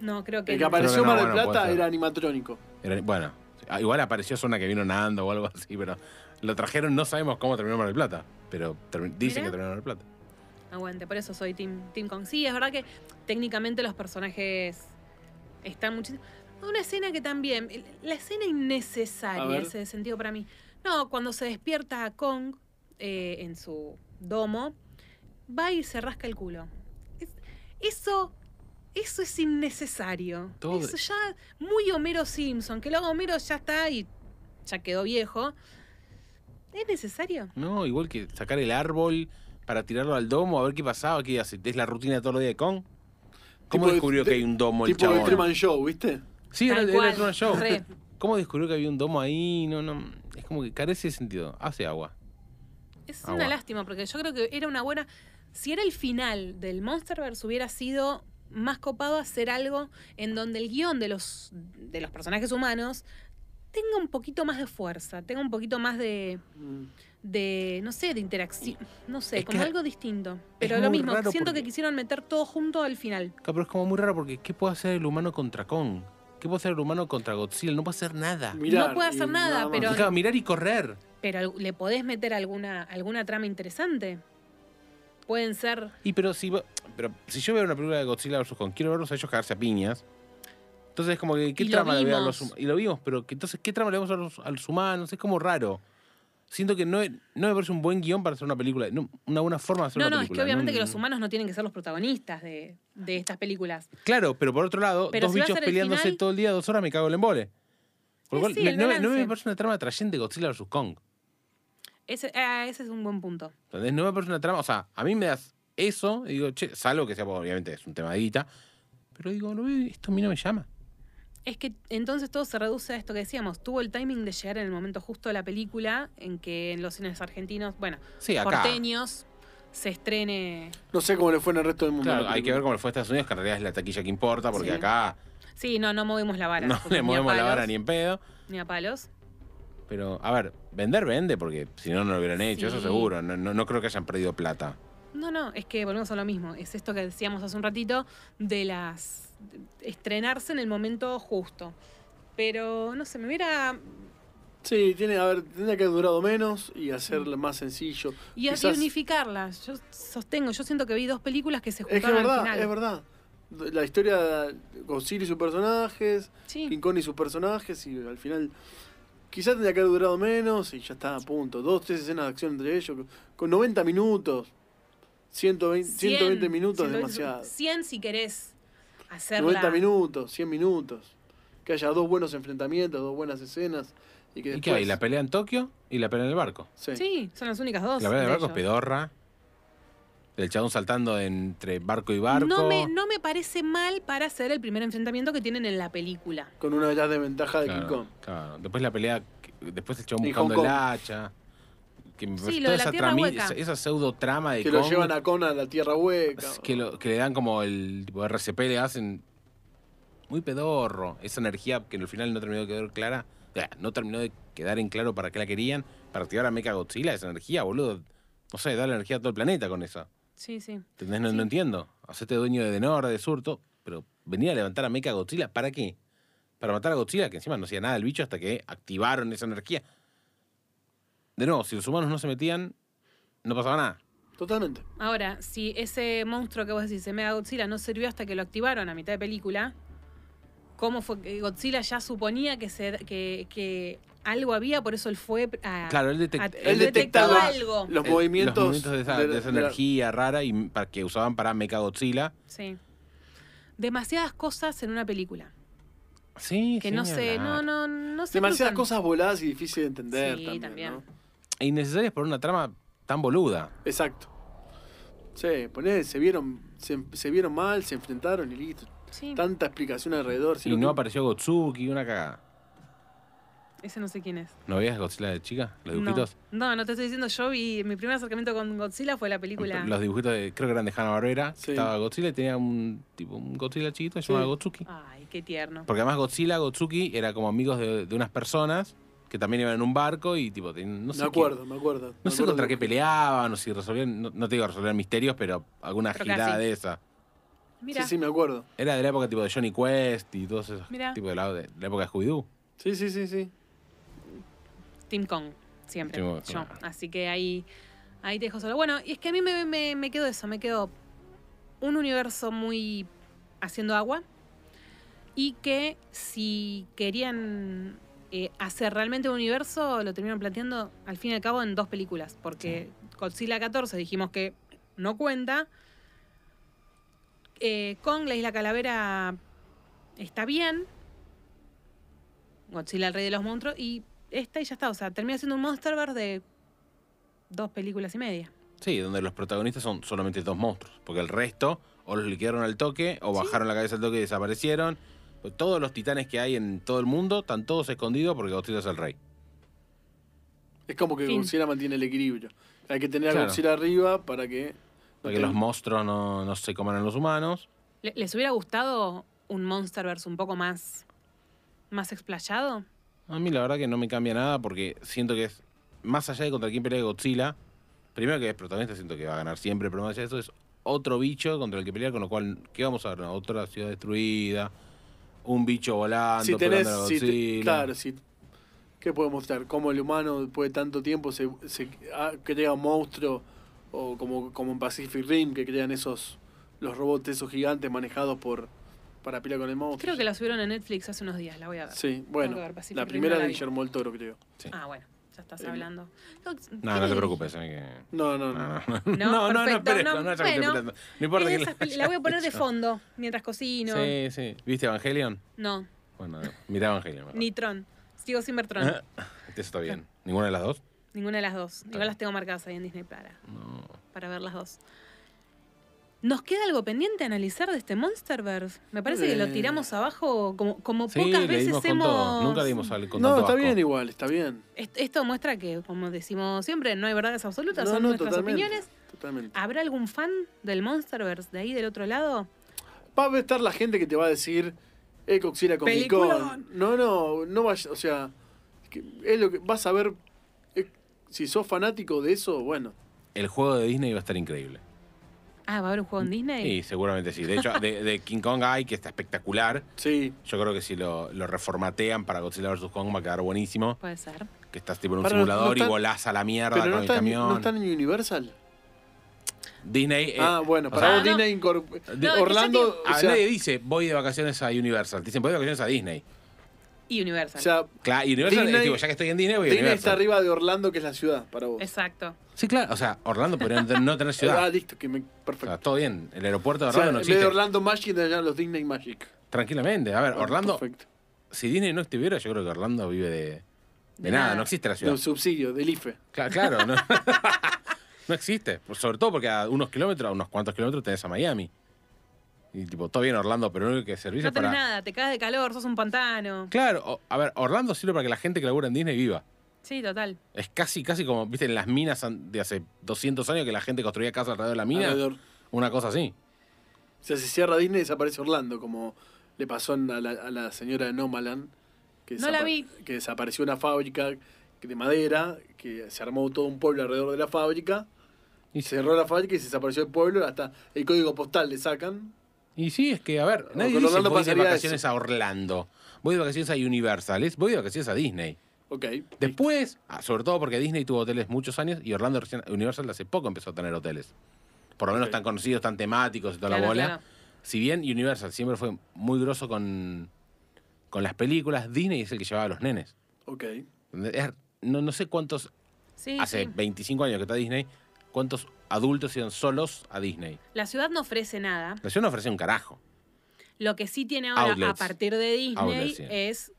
No, creo que.
El que
no.
apareció en
no,
Mar del
bueno, puede
Plata
ser.
era animatrónico.
Era- bueno, ah, igual apareció Zona que vino nadando o algo así, pero lo trajeron, no sabemos cómo terminó Mar del Plata, pero termi- dicen
Mirá.
que terminó en Mar del Plata.
Aguante, por eso soy Team, team Kong. Sí, es verdad que técnicamente los personajes están muchísimo. Una escena que también. La escena
A
innecesaria,
ver.
ese sentido para mí. No, cuando se despierta Kong eh, en su domo, va y se rasca el culo. Es- eso. Eso es innecesario.
Todo-
Eso ya. Muy Homero Simpson, que luego Homero ya está y ya quedó viejo. ¿Es necesario?
No, igual que sacar el árbol para tirarlo al domo, a ver qué pasaba, qué hace. Es la rutina de todos los días de Kong. ¿Cómo
Tipo de-
descubrió
de-
que hay un domo el
Tipo de
chabón?
Truman Show, ¿viste?
Sí, era,
Tal
era
cual,
el Truman Show.
re.
¿Cómo descubrió que había un domo ahí? No, no. Es como que carece de sentido. Hace agua.
Es
Ah,
una
bueno.
lástima, porque yo creo que era una buena. Si era el final del Monsterverse, hubiera sido más copado hacer algo en donde el guión de los, de los personajes humanos tenga un poquito más de fuerza, tenga un poquito más de,
Mm.
de no sé, de interacción, no sé,
Es
como
que
algo distinto. Pero lo
muy
mismo,
raro
siento
porque-
que quisieron meter todo junto al final.
Claro, Pero es como muy raro porque ¿qué puede hacer el humano contra Kong? ¿Qué puede hacer el humano contra Godzilla? No puede hacer nada.
Mirar
No puede hacer
y
nada,
más.
pero-
Y claro, mirar y correr.
Pero le podés meter alguna, alguna trama interesante. Pueden ser.
Y pero si, va- pero si yo veo una película de Godzilla vs. Kong, quiero verlos a ellos cagarse a piñas. Entonces, como que, ¿qué
Y lo
trama le voy a dar a los
vimos.
humanos? Y lo vimos, pero que- entonces, ¿qué trama le vamos a los, a los humanos? Es como raro. Siento que no, es- no me parece un buen guión para hacer una película. No, una buena forma de hacer
No,
una
no, es que
película.
obviamente que
no- Mm.
los humanos no tienen que ser los protagonistas de, de estas películas.
Claro, pero por otro lado,
Pero
dos
si va a
bichos
ser el
peleándose
final-
todo el día, dos horas, me cago en el embole. Por lo
Sí,
cual,
sí,
me-
el
no, me- no me
balance.
parece una trama atrayente Godzilla vs. Kong.
Ese, ah, ese es un buen punto.
¿Entendés? No me parece una trama. O sea, a mí me das eso y digo, che, salvo que sea, pues, obviamente es un tema de guita, pero digo, no, esto a mí no me llama.
Es que entonces todo se reduce a esto que decíamos. Tuvo el timing de llegar en el momento justo de la película en que en los cines argentinos, bueno,
Sí, acá.
porteños, se estrene.
No sé cómo le fue en el resto del mundo.
Claro,
la
hay que ver
película.
cómo le fue a Estados Unidos, que en realidad es la taquilla que importa, porque
Sí.
acá
Sí, no, no movimos la vara.
no
porque
le movemos
a
la
palos,
vara ni en pedo.
Ni a palos.
Pero, a ver, vender vende, porque si no, no lo hubieran hecho, eso
Sí.
seguro. No, no, no creo que hayan perdido plata.
No, no, es que volvemos a lo mismo. Es esto que decíamos hace un ratito de las. de estrenarse en el momento justo. Pero, no sé, me hubiera.
Sí, tiene, a ver, tendría que haber durado menos y hacerlo más sencillo.
Mm. Y así
Quizás-
unificarla. Yo sostengo, yo siento que vi dos películas que se
Es que es
juntaron al
verdad,
final.
es verdad. La historia de Godzilla y sus personajes,
Sí.
King Kong y sus personajes, y al final quizás tendría que haber durado menos y ya está a punto. Dos, tres escenas de acción entre ellos, con 90 minutos, 120, 120 minutos es
120,
demasiado.
100 si querés hacerla.
90 minutos, 100 minutos. Que haya dos buenos enfrentamientos, dos buenas escenas. Y que
¿Y
después...
qué hay? La pelea en Tokio y la pelea en el barco.
Sí.
Sí, son las únicas dos.
La pelea en el
de
barco es
ellos.
pedorra. El chabón saltando entre barco y barco.
No me, no me parece mal para hacer el primer enfrentamiento que tienen en la película.
Con una de las desventajas de
Claro,
King Kong.
claro. Después la pelea, que- después el chabón
Y Hong
buscando
Kong.
el hacha. Que me
Sí,
parece-
lo
toda
de la
esa,
tierra
trami-
hueca.
esa, esa pseudo trama de
Que lo
Kong,
llevan a Kong a la tierra hueca.
que, lo- que le dan como el tipo RCP, le hacen muy pedorro. Esa energía que al final no terminó de quedar clara. eh, No terminó de quedar en claro para qué la querían. Para activar a Mecha Godzilla, esa energía, boludo. No sé, darle energía a todo el planeta con eso.
Sí, sí.
¿Entendés? No, no entiendo. Hacete dueño de norte, de sur, todo, pero venir a levantar a Mecha Godzilla, ¿para qué? Para matar a Godzilla, que encima no hacía nada el bicho hasta que activaron esa energía. De nuevo, si los humanos no se metían, no pasaba nada.
Totalmente.
Ahora, si ese monstruo que vos decís, Mega Godzilla, no sirvió hasta que lo activaron a mitad de película, ¿cómo fue que Godzilla ya suponía que, se, que, que algo había? Por eso él fue a.
Claro, él
a-
detectó.
él
Él
detectó
detectaba
algo.
Ah, eh, Los
el-
movimientos,
los movimientos de esa,
de-
de esa
de la-
energía rara y para, que usaban para Mechagodzilla.
Sí. Demasiadas cosas en una película.
Sí,
Que
sí,
no
ni
sé, no,
hablar.
no, no sé.
Demasiadas cosas voladas y difíciles de entender
Sí,
también.
también.
¿no?
E innecesarias por una trama tan boluda.
Exacto. Sí, poné, se vieron, se, se vieron mal, se enfrentaron y listo.
Sí,
Tanta explicación alrededor.
y
sino
no
que-
apareció Gotsuki, una cagada.
ese no sé quién es.
¿No veías Godzilla de chica? ¿Los
No.
dibujitos?
no, no te estoy diciendo. Yo vi. Mi primer acercamiento con Godzilla fue la película.
Los dibujitos, de, creo que eran de Hanna Barbera.
Sí.
Estaba Godzilla y tenía un tipo un Godzilla chiquito
Sí.
llamado Gotsuki.
Ay, qué tierno.
Porque además Godzilla, Gotsuki era como amigos de, de unas personas que también iban en un barco y tipo, tenían- no sé.
me
qué-
acuerdo, me acuerdo.
no
me
sé
acuerdo
contra
de-
qué peleaban o si resolvían, no, no te digo resolver misterios, pero alguna
Pero
girada
casi.
de esa.
Mira.
Sí, sí, me acuerdo.
Era de la época tipo de Johnny Quest y todos esos
Mirá.
tipos de la, de la época de Scooby-Doo.
Sí, sí, sí, sí.
Team Kong, siempre.
Team Kong,
yo.
claro.
Así que ahí, ahí te dejo solo. Bueno, y es que a mí me, me, me quedó eso, me quedó un universo muy haciendo agua y que si querían eh, hacer realmente un universo, lo terminaron planteando al fin y al cabo en dos películas, porque Godzilla 14 dijimos que no cuenta. Eh, Kong, la isla calavera, está bien. Godzilla, el rey de los monstruos. Y esta y ya está. O sea, termina siendo un Monsterverse de dos películas y media.
Sí, donde los protagonistas son solamente dos monstruos. Porque el resto o los liquidaron al toque, o bajaron la cabeza al toque y desaparecieron. Pues Todos los titanes que hay en todo el mundo están todos escondidos porque Godzilla es el rey.
Es como que
Fin.
Godzilla mantiene el equilibrio. Hay que tener a
Claro.
Godzilla arriba para que. no
Porque
tenga-
los monstruos no, no se coman a los humanos.
Le- ¿Les hubiera gustado un Monsterverse un poco más, más explayado?
A mí la verdad que no me cambia nada porque siento que es más allá de contra quién pelea Godzilla. Primero que es protagonista, siento que va a ganar siempre, pero más allá de eso es otro bicho contra el que pelear, con lo cual, ¿qué vamos a ver? Otra ciudad destruida, un bicho volando,
si tenés.
pegando a
si te-
Godzilla.
claro, si. ¿Qué podemos mostrar? ¿Cómo el humano después de tanto tiempo se, se ah, crea un monstruo? O como, como en Pacific Rim, que crean esos. Los robots, esos gigantes manejados por. Para pila con el monstruo.
Creo que la subieron a Netflix hace unos días, la voy a ver.
Sí, bueno.
que ver Pacific
La
Rim,
primera
no la
de
vi.
Guillermo del Toro, creo.
Ah, bueno, ya estás
Eh,
hablando.
No, no te preocupes. eh, que-
No, no,
No,
no.
no, no, no, no,
perfecto,
esperes,
no,
no, ya que estoy
bueno,
esperando. No importa
Es
quién
de
la
esas peli- la voy a
haya
poner de
hecho.
fondo mientras cocino.
Sí, sí. ¿Viste Evangelion?
No,
Bueno, mira Evangelion. mejor.
ni Tron. Sigo sin ver
Ah.
Tron.
Eso está bien. ¿Ninguna de las dos?
Ninguna de las dos. Igual
bien.
las tengo marcadas ahí en Disney para,
No.
para ver las dos. ¿Nos queda algo pendiente a analizar de este Monsterverse? Me parece que lo
Eh.
tiramos abajo como, como
Sí,
pocas
le dimos
veces
con
hemos...
todo. Nunca dimos al con
No,
tanto
está
asco.
bien igual, está bien.
Est- Esto muestra que, como decimos siempre, no hay verdades absolutas,
No,
son
no,
nuestras
totalmente.
opiniones.
Totalmente.
¿Habrá algún fan del Monsterverse de ahí del otro lado?
Va a estar la gente que te va a decir, eh, Godzilla con
Peliculón.
Con. No, no, no vayas, o sea, que es lo que vas a ver. eh, si sos fanático de eso, bueno.
El juego de Disney va a estar increíble.
Ah, ¿va a haber un juego en
Mm, Sí,
Disney?
seguramente sí. De hecho, de, de King Kong hay, que está espectacular.
Sí.
Yo creo que si lo, lo reformatean para Godzilla vs. Kong va a quedar buenísimo.
Puede ser.
Que estás tipo en un
Para, no- no
simulador y
está-
volás a la mierda
Pero
con
no
el
está, en,
camión.
no está en Universal.
Disney. eh,
ah, bueno,
o
para
sea,
vos
Ah, no.
Disney incorpor-
No, es
que yo
Orlando.
digo-
o,
a-
sea,
nadie dice voy de vacaciones a Universal. Dicen voy de vacaciones a Disney.
Y Universal.
o sea,
Claro, y Universal,
Disney-
eh, digo, ya que estoy en Disney, voy a
Disney
Universal.
está arriba de Orlando, que es la ciudad, para vos.
Exacto.
Sí, claro, o sea, Orlando podría no tener- no tener
Ah,
ciudad.
listo, que me.
O sea,
Perfecto.
todo bien, el aeropuerto de
O sea,
Orlando no
en vez de
existe.
Orlando Magic, de allá los Disney Magic.
Tranquilamente, a ver, Orlando,
Perfecto.
si Disney no estuviera, yo creo que Orlando vive de, de
De
nada,
nada.
no existe la
De
ciudad.
un subsidio, del IFE.
Cla- claro, no, no existe. Sobre todo porque a unos kilómetros, a unos cuantos kilómetros tenés a Miami. Y tipo, todo bien Orlando, pero lo único que servicio
No
es
tenés
para...
nada, te caes de calor, sos un pantano.
Claro, o- a ver, Orlando sirve para que la gente que labura en Disney viva.
Sí, total.
Es casi, casi como, viste, en las minas an- de hace 200 años que la gente construía casas alrededor de la mina.
Alrededor.
Una cosa así.
O sea, se cierra Disney y desaparece Orlando, como le pasó en- a la, a la señora de Nomaland, que,
No la vi.
que desapareció una fábrica que- de madera, que se armó todo un pueblo alrededor de la fábrica,
Y
y cerró la fábrica y se desapareció el pueblo, hasta el código postal le sacan.
Y sí, es que, a ver,
Con
nadie dice
Orlando
voy de
pasaría
vacaciones
eso.
a Orlando, voy de vacaciones a Universal, es voy de vacaciones a Disney.
Ok.
Después, ah, sobre todo porque Disney tuvo hoteles muchos años y Orlando recién- Universal hace poco empezó a tener hoteles. Por lo menos
Ok.
tan conocidos, tan temáticos y toda la
Claro,
bola.
claro.
Si bien Universal siempre fue muy grosso con, con las películas, Disney es el que llevaba a los nenes.
Ok.
Es- no, no sé cuántos,
Sí,
hace
sí.
25 años que está Disney, cuántos adultos iban solos a Disney.
La ciudad no ofrece nada.
La ciudad no ofrecía un carajo.
Lo que sí tiene ahora a
Outlets.
partir de Disney
Outlets, sí.
es.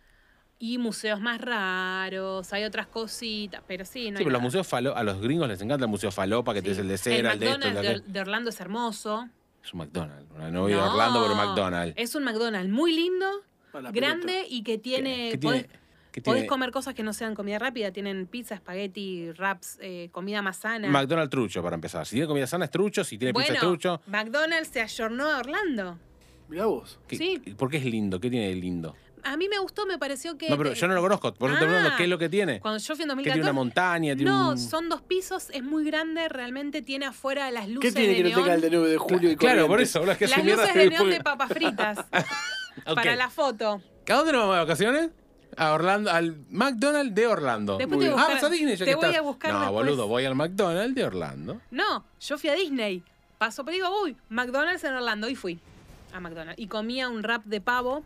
Y museos más raros, hay otras cositas, pero sí, no hay
sí, pero los
nada.
museos falo, a los gringos les encanta el museo falopa, que
Sí.
tenés el de cera, el, de esto, el de
McDonald's
aquel.
de, de Orlando es hermoso.
Es un McDonald's. No, voy a Orlando por un McDonald's.
Es un McDonald's muy lindo,
A la
grande
pelota.
y que tiene.
¿Qué
podés-
tiene? ¿Qué
Podés
tiene?
comer cosas que no sean comida rápida. Tienen pizza, espagueti, wraps, eh, comida más sana.
McDonald's trucho, para empezar. Si tiene comida sana, es trucho. Si tiene
bueno,
pizza, es trucho.
McDonald's se ayornó a Orlando.
Mirá vos.
¿Qué-
Sí.
¿Por qué es lindo? ¿Qué tiene de lindo?
A mí me gustó, me pareció que...
No, pero yo no lo conozco. Por eso te
Ah.
pregunto, ¿qué es lo que tiene?
Cuando yo fui en
¿Qué
2014...
tiene una montaña? Tiene
no,
un-
son dos pisos, es muy grande, realmente tiene afuera las
¿Qué
luces
tiene
de
que no
neón.
tenga el de 9 de julio y
Claro, por
Corrientes?
eso. boludo, que hace
las
mierda
luces de
Facebook.
neón de papas fritas
Ok.
para la foto.
¿A dónde nos vamos de vacaciones? A Orlando, al McDonald's de Orlando.
Después
Muy
te voy
bien.
a
ah,
buscar-
vas a Disney ya
te
que
voy
estás.
a buscar
No,
después.
boludo, voy al McDonald's de Orlando.
No, yo fui a Disney. Paso, pero digo, uy, McDonald's en Orlando. Y fui a McDonald's. Y comía un wrap de pavo,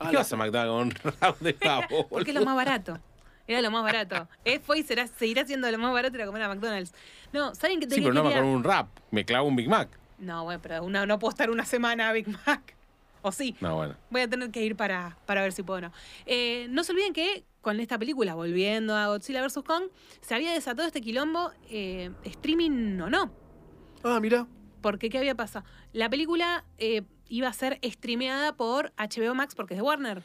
Ah,
¿Qué
la-
vas a McDonald's con un round de pavo,
porque es
boludo?
lo más barato. Era lo más barato. Es, fue y será, seguirá siendo lo más barato ir a comer a McDonald's. No, ¿saben qué te
Sí, pero no me
quería-
acuerdo un rap. Me clavo un Big Mac.
No, bueno, pero una, no puedo estar una semana a Big Mac. O sí.
No, bueno.
Voy a tener que ir para, para ver si puedo o no. Eh, no se olviden que con esta película, volviendo a Godzilla vs. Kong, se había desatado este quilombo, eh, streaming o no.
Ah, mirá.
Porque, ¿qué había pasado? La película eh, iba a ser streameada por HBO Max porque es de Warner.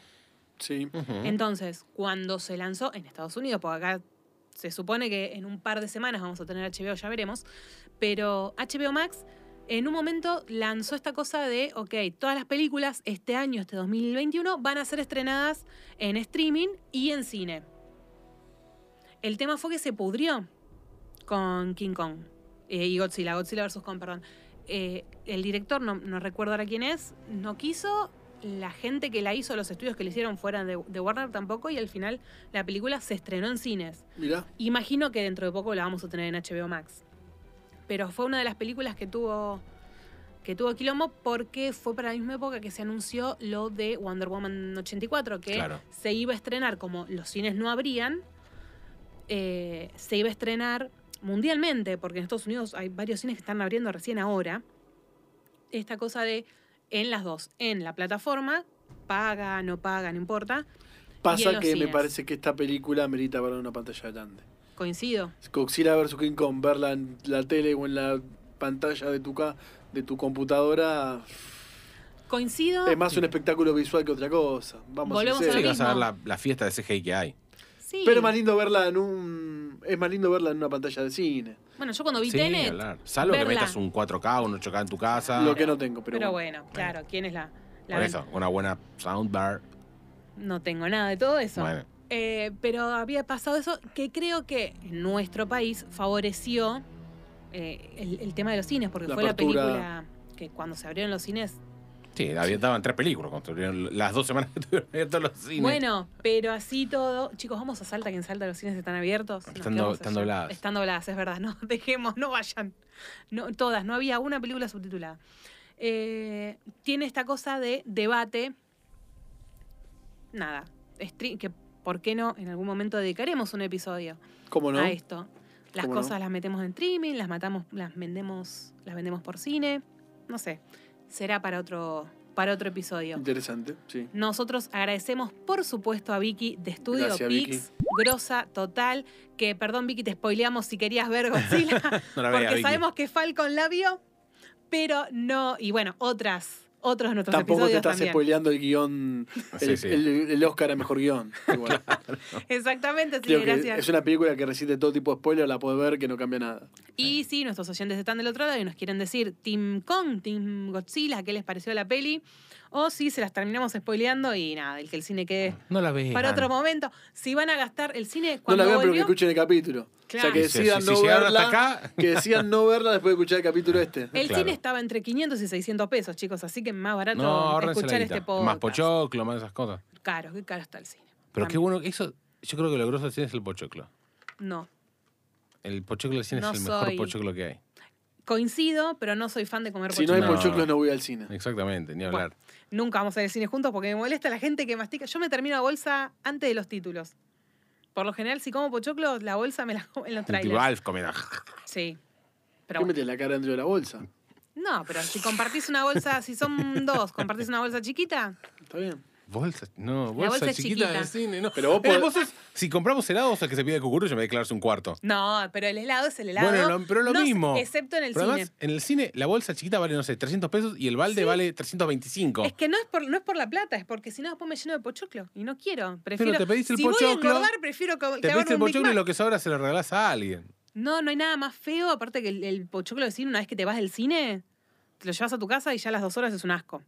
Sí.
Entonces, cuando se lanzó en Estados Unidos, porque acá se supone que en un par de semanas vamos a tener HBO, ya veremos, pero HBO Max en un momento lanzó esta cosa de, ok, todas las películas este año, este 2021, van a ser estrenadas en streaming y en cine. El tema fue que se pudrió con King Kong eh, y Godzilla, Godzilla vs. Kong, perdón. Eh, el director, no, no recuerdo ahora quién es, no quiso, la gente que la hizo, los estudios que le hicieron fuera de, de Warner tampoco, y al final la película se estrenó en cines.
Mirá.
Imagino que dentro de poco la vamos a tener en HBO Max. Pero fue una de las películas que tuvo que tuvo quilombo porque fue para la misma época que se anunció lo de Wonder Woman 84, que
Claro.
se iba a estrenar, como los cines no abrían, eh, se iba a estrenar mundialmente, porque en Estados Unidos hay varios cines que están abriendo recién ahora, esta cosa de en las dos, en la plataforma, paga, no paga, no importa, Y en
Pasa
los
que me
cines.
parece que esta película merita para una pantalla grande.
coincido.
Godzilla vs. King Kong, verla en la tele o en la pantalla de tu, ca- de tu computadora
Coincido.
es más un espectáculo visual que otra cosa. Vamos
Ah. Volvemos
ser
a lo
Sí,
serios.
vas a ver
mismo.
la, la fiesta de CGI que hay.
Sí.
Pero es más lindo verla en un. Es más lindo verla en una pantalla de cine.
Bueno, yo cuando vi
Sí, ni
Tenet,
hablar. Salvo que
verla.
metas un 4K, un 8K en tu casa.
Lo que no tengo, pero.
Pero,
bueno.
bueno, claro, ¿quién es la, la
Por
ven-
eso, una buena soundbar.
No tengo nada de todo eso.
Bueno.
Eh, pero había pasado eso que creo que en nuestro país favoreció eh, el, el tema de los cines, porque
La
fue
apertura.
la película que cuando se abrieron los cines.
Sí, había- daban tres películas. Construyeron las dos semanas que estuvieron abiertos los cines.
Bueno, pero así todo. Chicos, vamos a Salta, que en Salta los cines están abiertos. Nos
Están do-
quedamos
están
allá.
dobladas.
Están dobladas, es verdad. No, dejemos, no vayan. No, todas, no había una película subtitulada. Eh, tiene esta cosa de debate. Nada. Stre- que por qué no en algún momento dedicaremos un episodio
¿Cómo no?
a esto. Las
¿Cómo no?
cosas las metemos en streaming, las matamos, las vendemos, las vendemos por cine. No sé. Será para otro, para otro episodio.
Interesante, sí.
Nosotros agradecemos, por supuesto, a Vicky de Estudio
Gracias,
Pix, grosa total, que, perdón, Vicky, te spoileamos si querías ver Godzilla,
no la veas,
porque
Vicky.
sabemos que Falcon la vio, pero no, y bueno, otras, otros de nuestros
Tampoco
episodios
te estás
también.
spoileando el guión,
Sí,
el,
sí.
el- el Oscar a mejor guión. Igual.
Exactamente, así
Creo
que
que
gracias.
es una película que resiste todo tipo de spoiler, la podés ver que no cambia nada.
Y sí, nuestros oyentes están del otro lado y nos quieren decir Team Kong, Team Godzilla, qué les pareció la peli, o si se las terminamos spoileando y nada, el que el cine quede
No la veas.
para otro momento. Si van a gastar el cine
Ah, No
cuando
la vean, pero que
volvió,
escuchen el capítulo. O sea,
Claro.
que
Sí, sí,
decidan
sí,
no
si llegaron
verla.
hasta acá.
Que decidan no verla después de escuchar el capítulo este.
El
Claro.
cine estaba entre 500 y 600 pesos, chicos, así que más barato
No, ahorrense la
escuchar
guita.
este podcast.
Más pochoclo, más esas cosas.
Caro, qué caro está el cine.
Pero qué
También.
bueno que eso. Yo creo que lo grosso del cine es el pochoclo.
No.
El pochoclo del cine
No
es el mejor
soy-
pochoclo que hay.
Coincido, pero no soy fan de comer
Si no hay
No.
pochoclos, no voy al cine.
Exactamente, ni hablar.
Nunca vamos a ir al cine juntos porque me molesta la gente que mastica. Yo me termino la bolsa antes de los títulos. Por lo general, si como pochoclo, la bolsa me la como en los
Tipo,
trailers.
Alf comiendo.
Sí.
¿Qué
Pero bueno.
metes la cara dentro de la bolsa?
No, pero si compartís una bolsa, si son dos, compartís una bolsa chiquita,
Está bien.
Bolsa, no,
La
bolsa,
bolsa es
chiquita,
chiquita.
del cine, no.
Pero vos
Eh,
podés-
sos- si compramos helados, el que se pide cucurucho me declararse un cuarto.
No, pero el helado es el helado.
Bueno, no, pero lo
No sé,
mismo.
Excepto en el
Pero
cine.
además, en el cine, la bolsa chiquita vale, no sé, 300 pesos y el balde vale 325.
Es que no es, por, no es por la plata, es porque si no después me lleno de pochoclo. Y no quiero. Prefiero,
te pediste el
si voy
pochoclo,
a engordar, prefiero co- cagarme
Te pediste el
un Big
pochoclo y
Mac.
lo que sobra se lo regalás a alguien.
No, no hay nada más feo, aparte que el, el pochoclo de cine, una vez que te vas del cine, te lo llevas a tu casa y ya a las dos horas es un asco.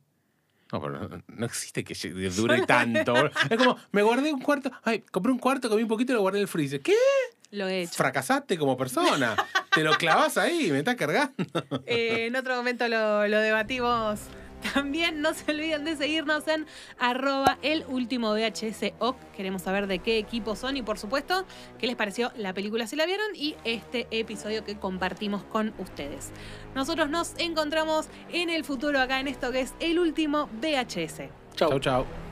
No, pero no, no existe que lle- dure tanto. boludo. es como, me guardé un cuarto, ay, compré un cuarto, comí un poquito y lo guardé en el freezer. ¿Qué?
Lo he hecho.
Fracasaste como persona. Te lo clavás ahí, me estás cargando.
Eh, en otro momento lo, lo debatimos. También no se olviden de seguirnos en arroba el último VHS OC. Queremos saber de qué equipo son y por supuesto qué les pareció la película si la vieron y este episodio que compartimos con ustedes. Nosotros nos encontramos en el futuro acá en esto que es el último VHS.
Chau.
Chau, chau.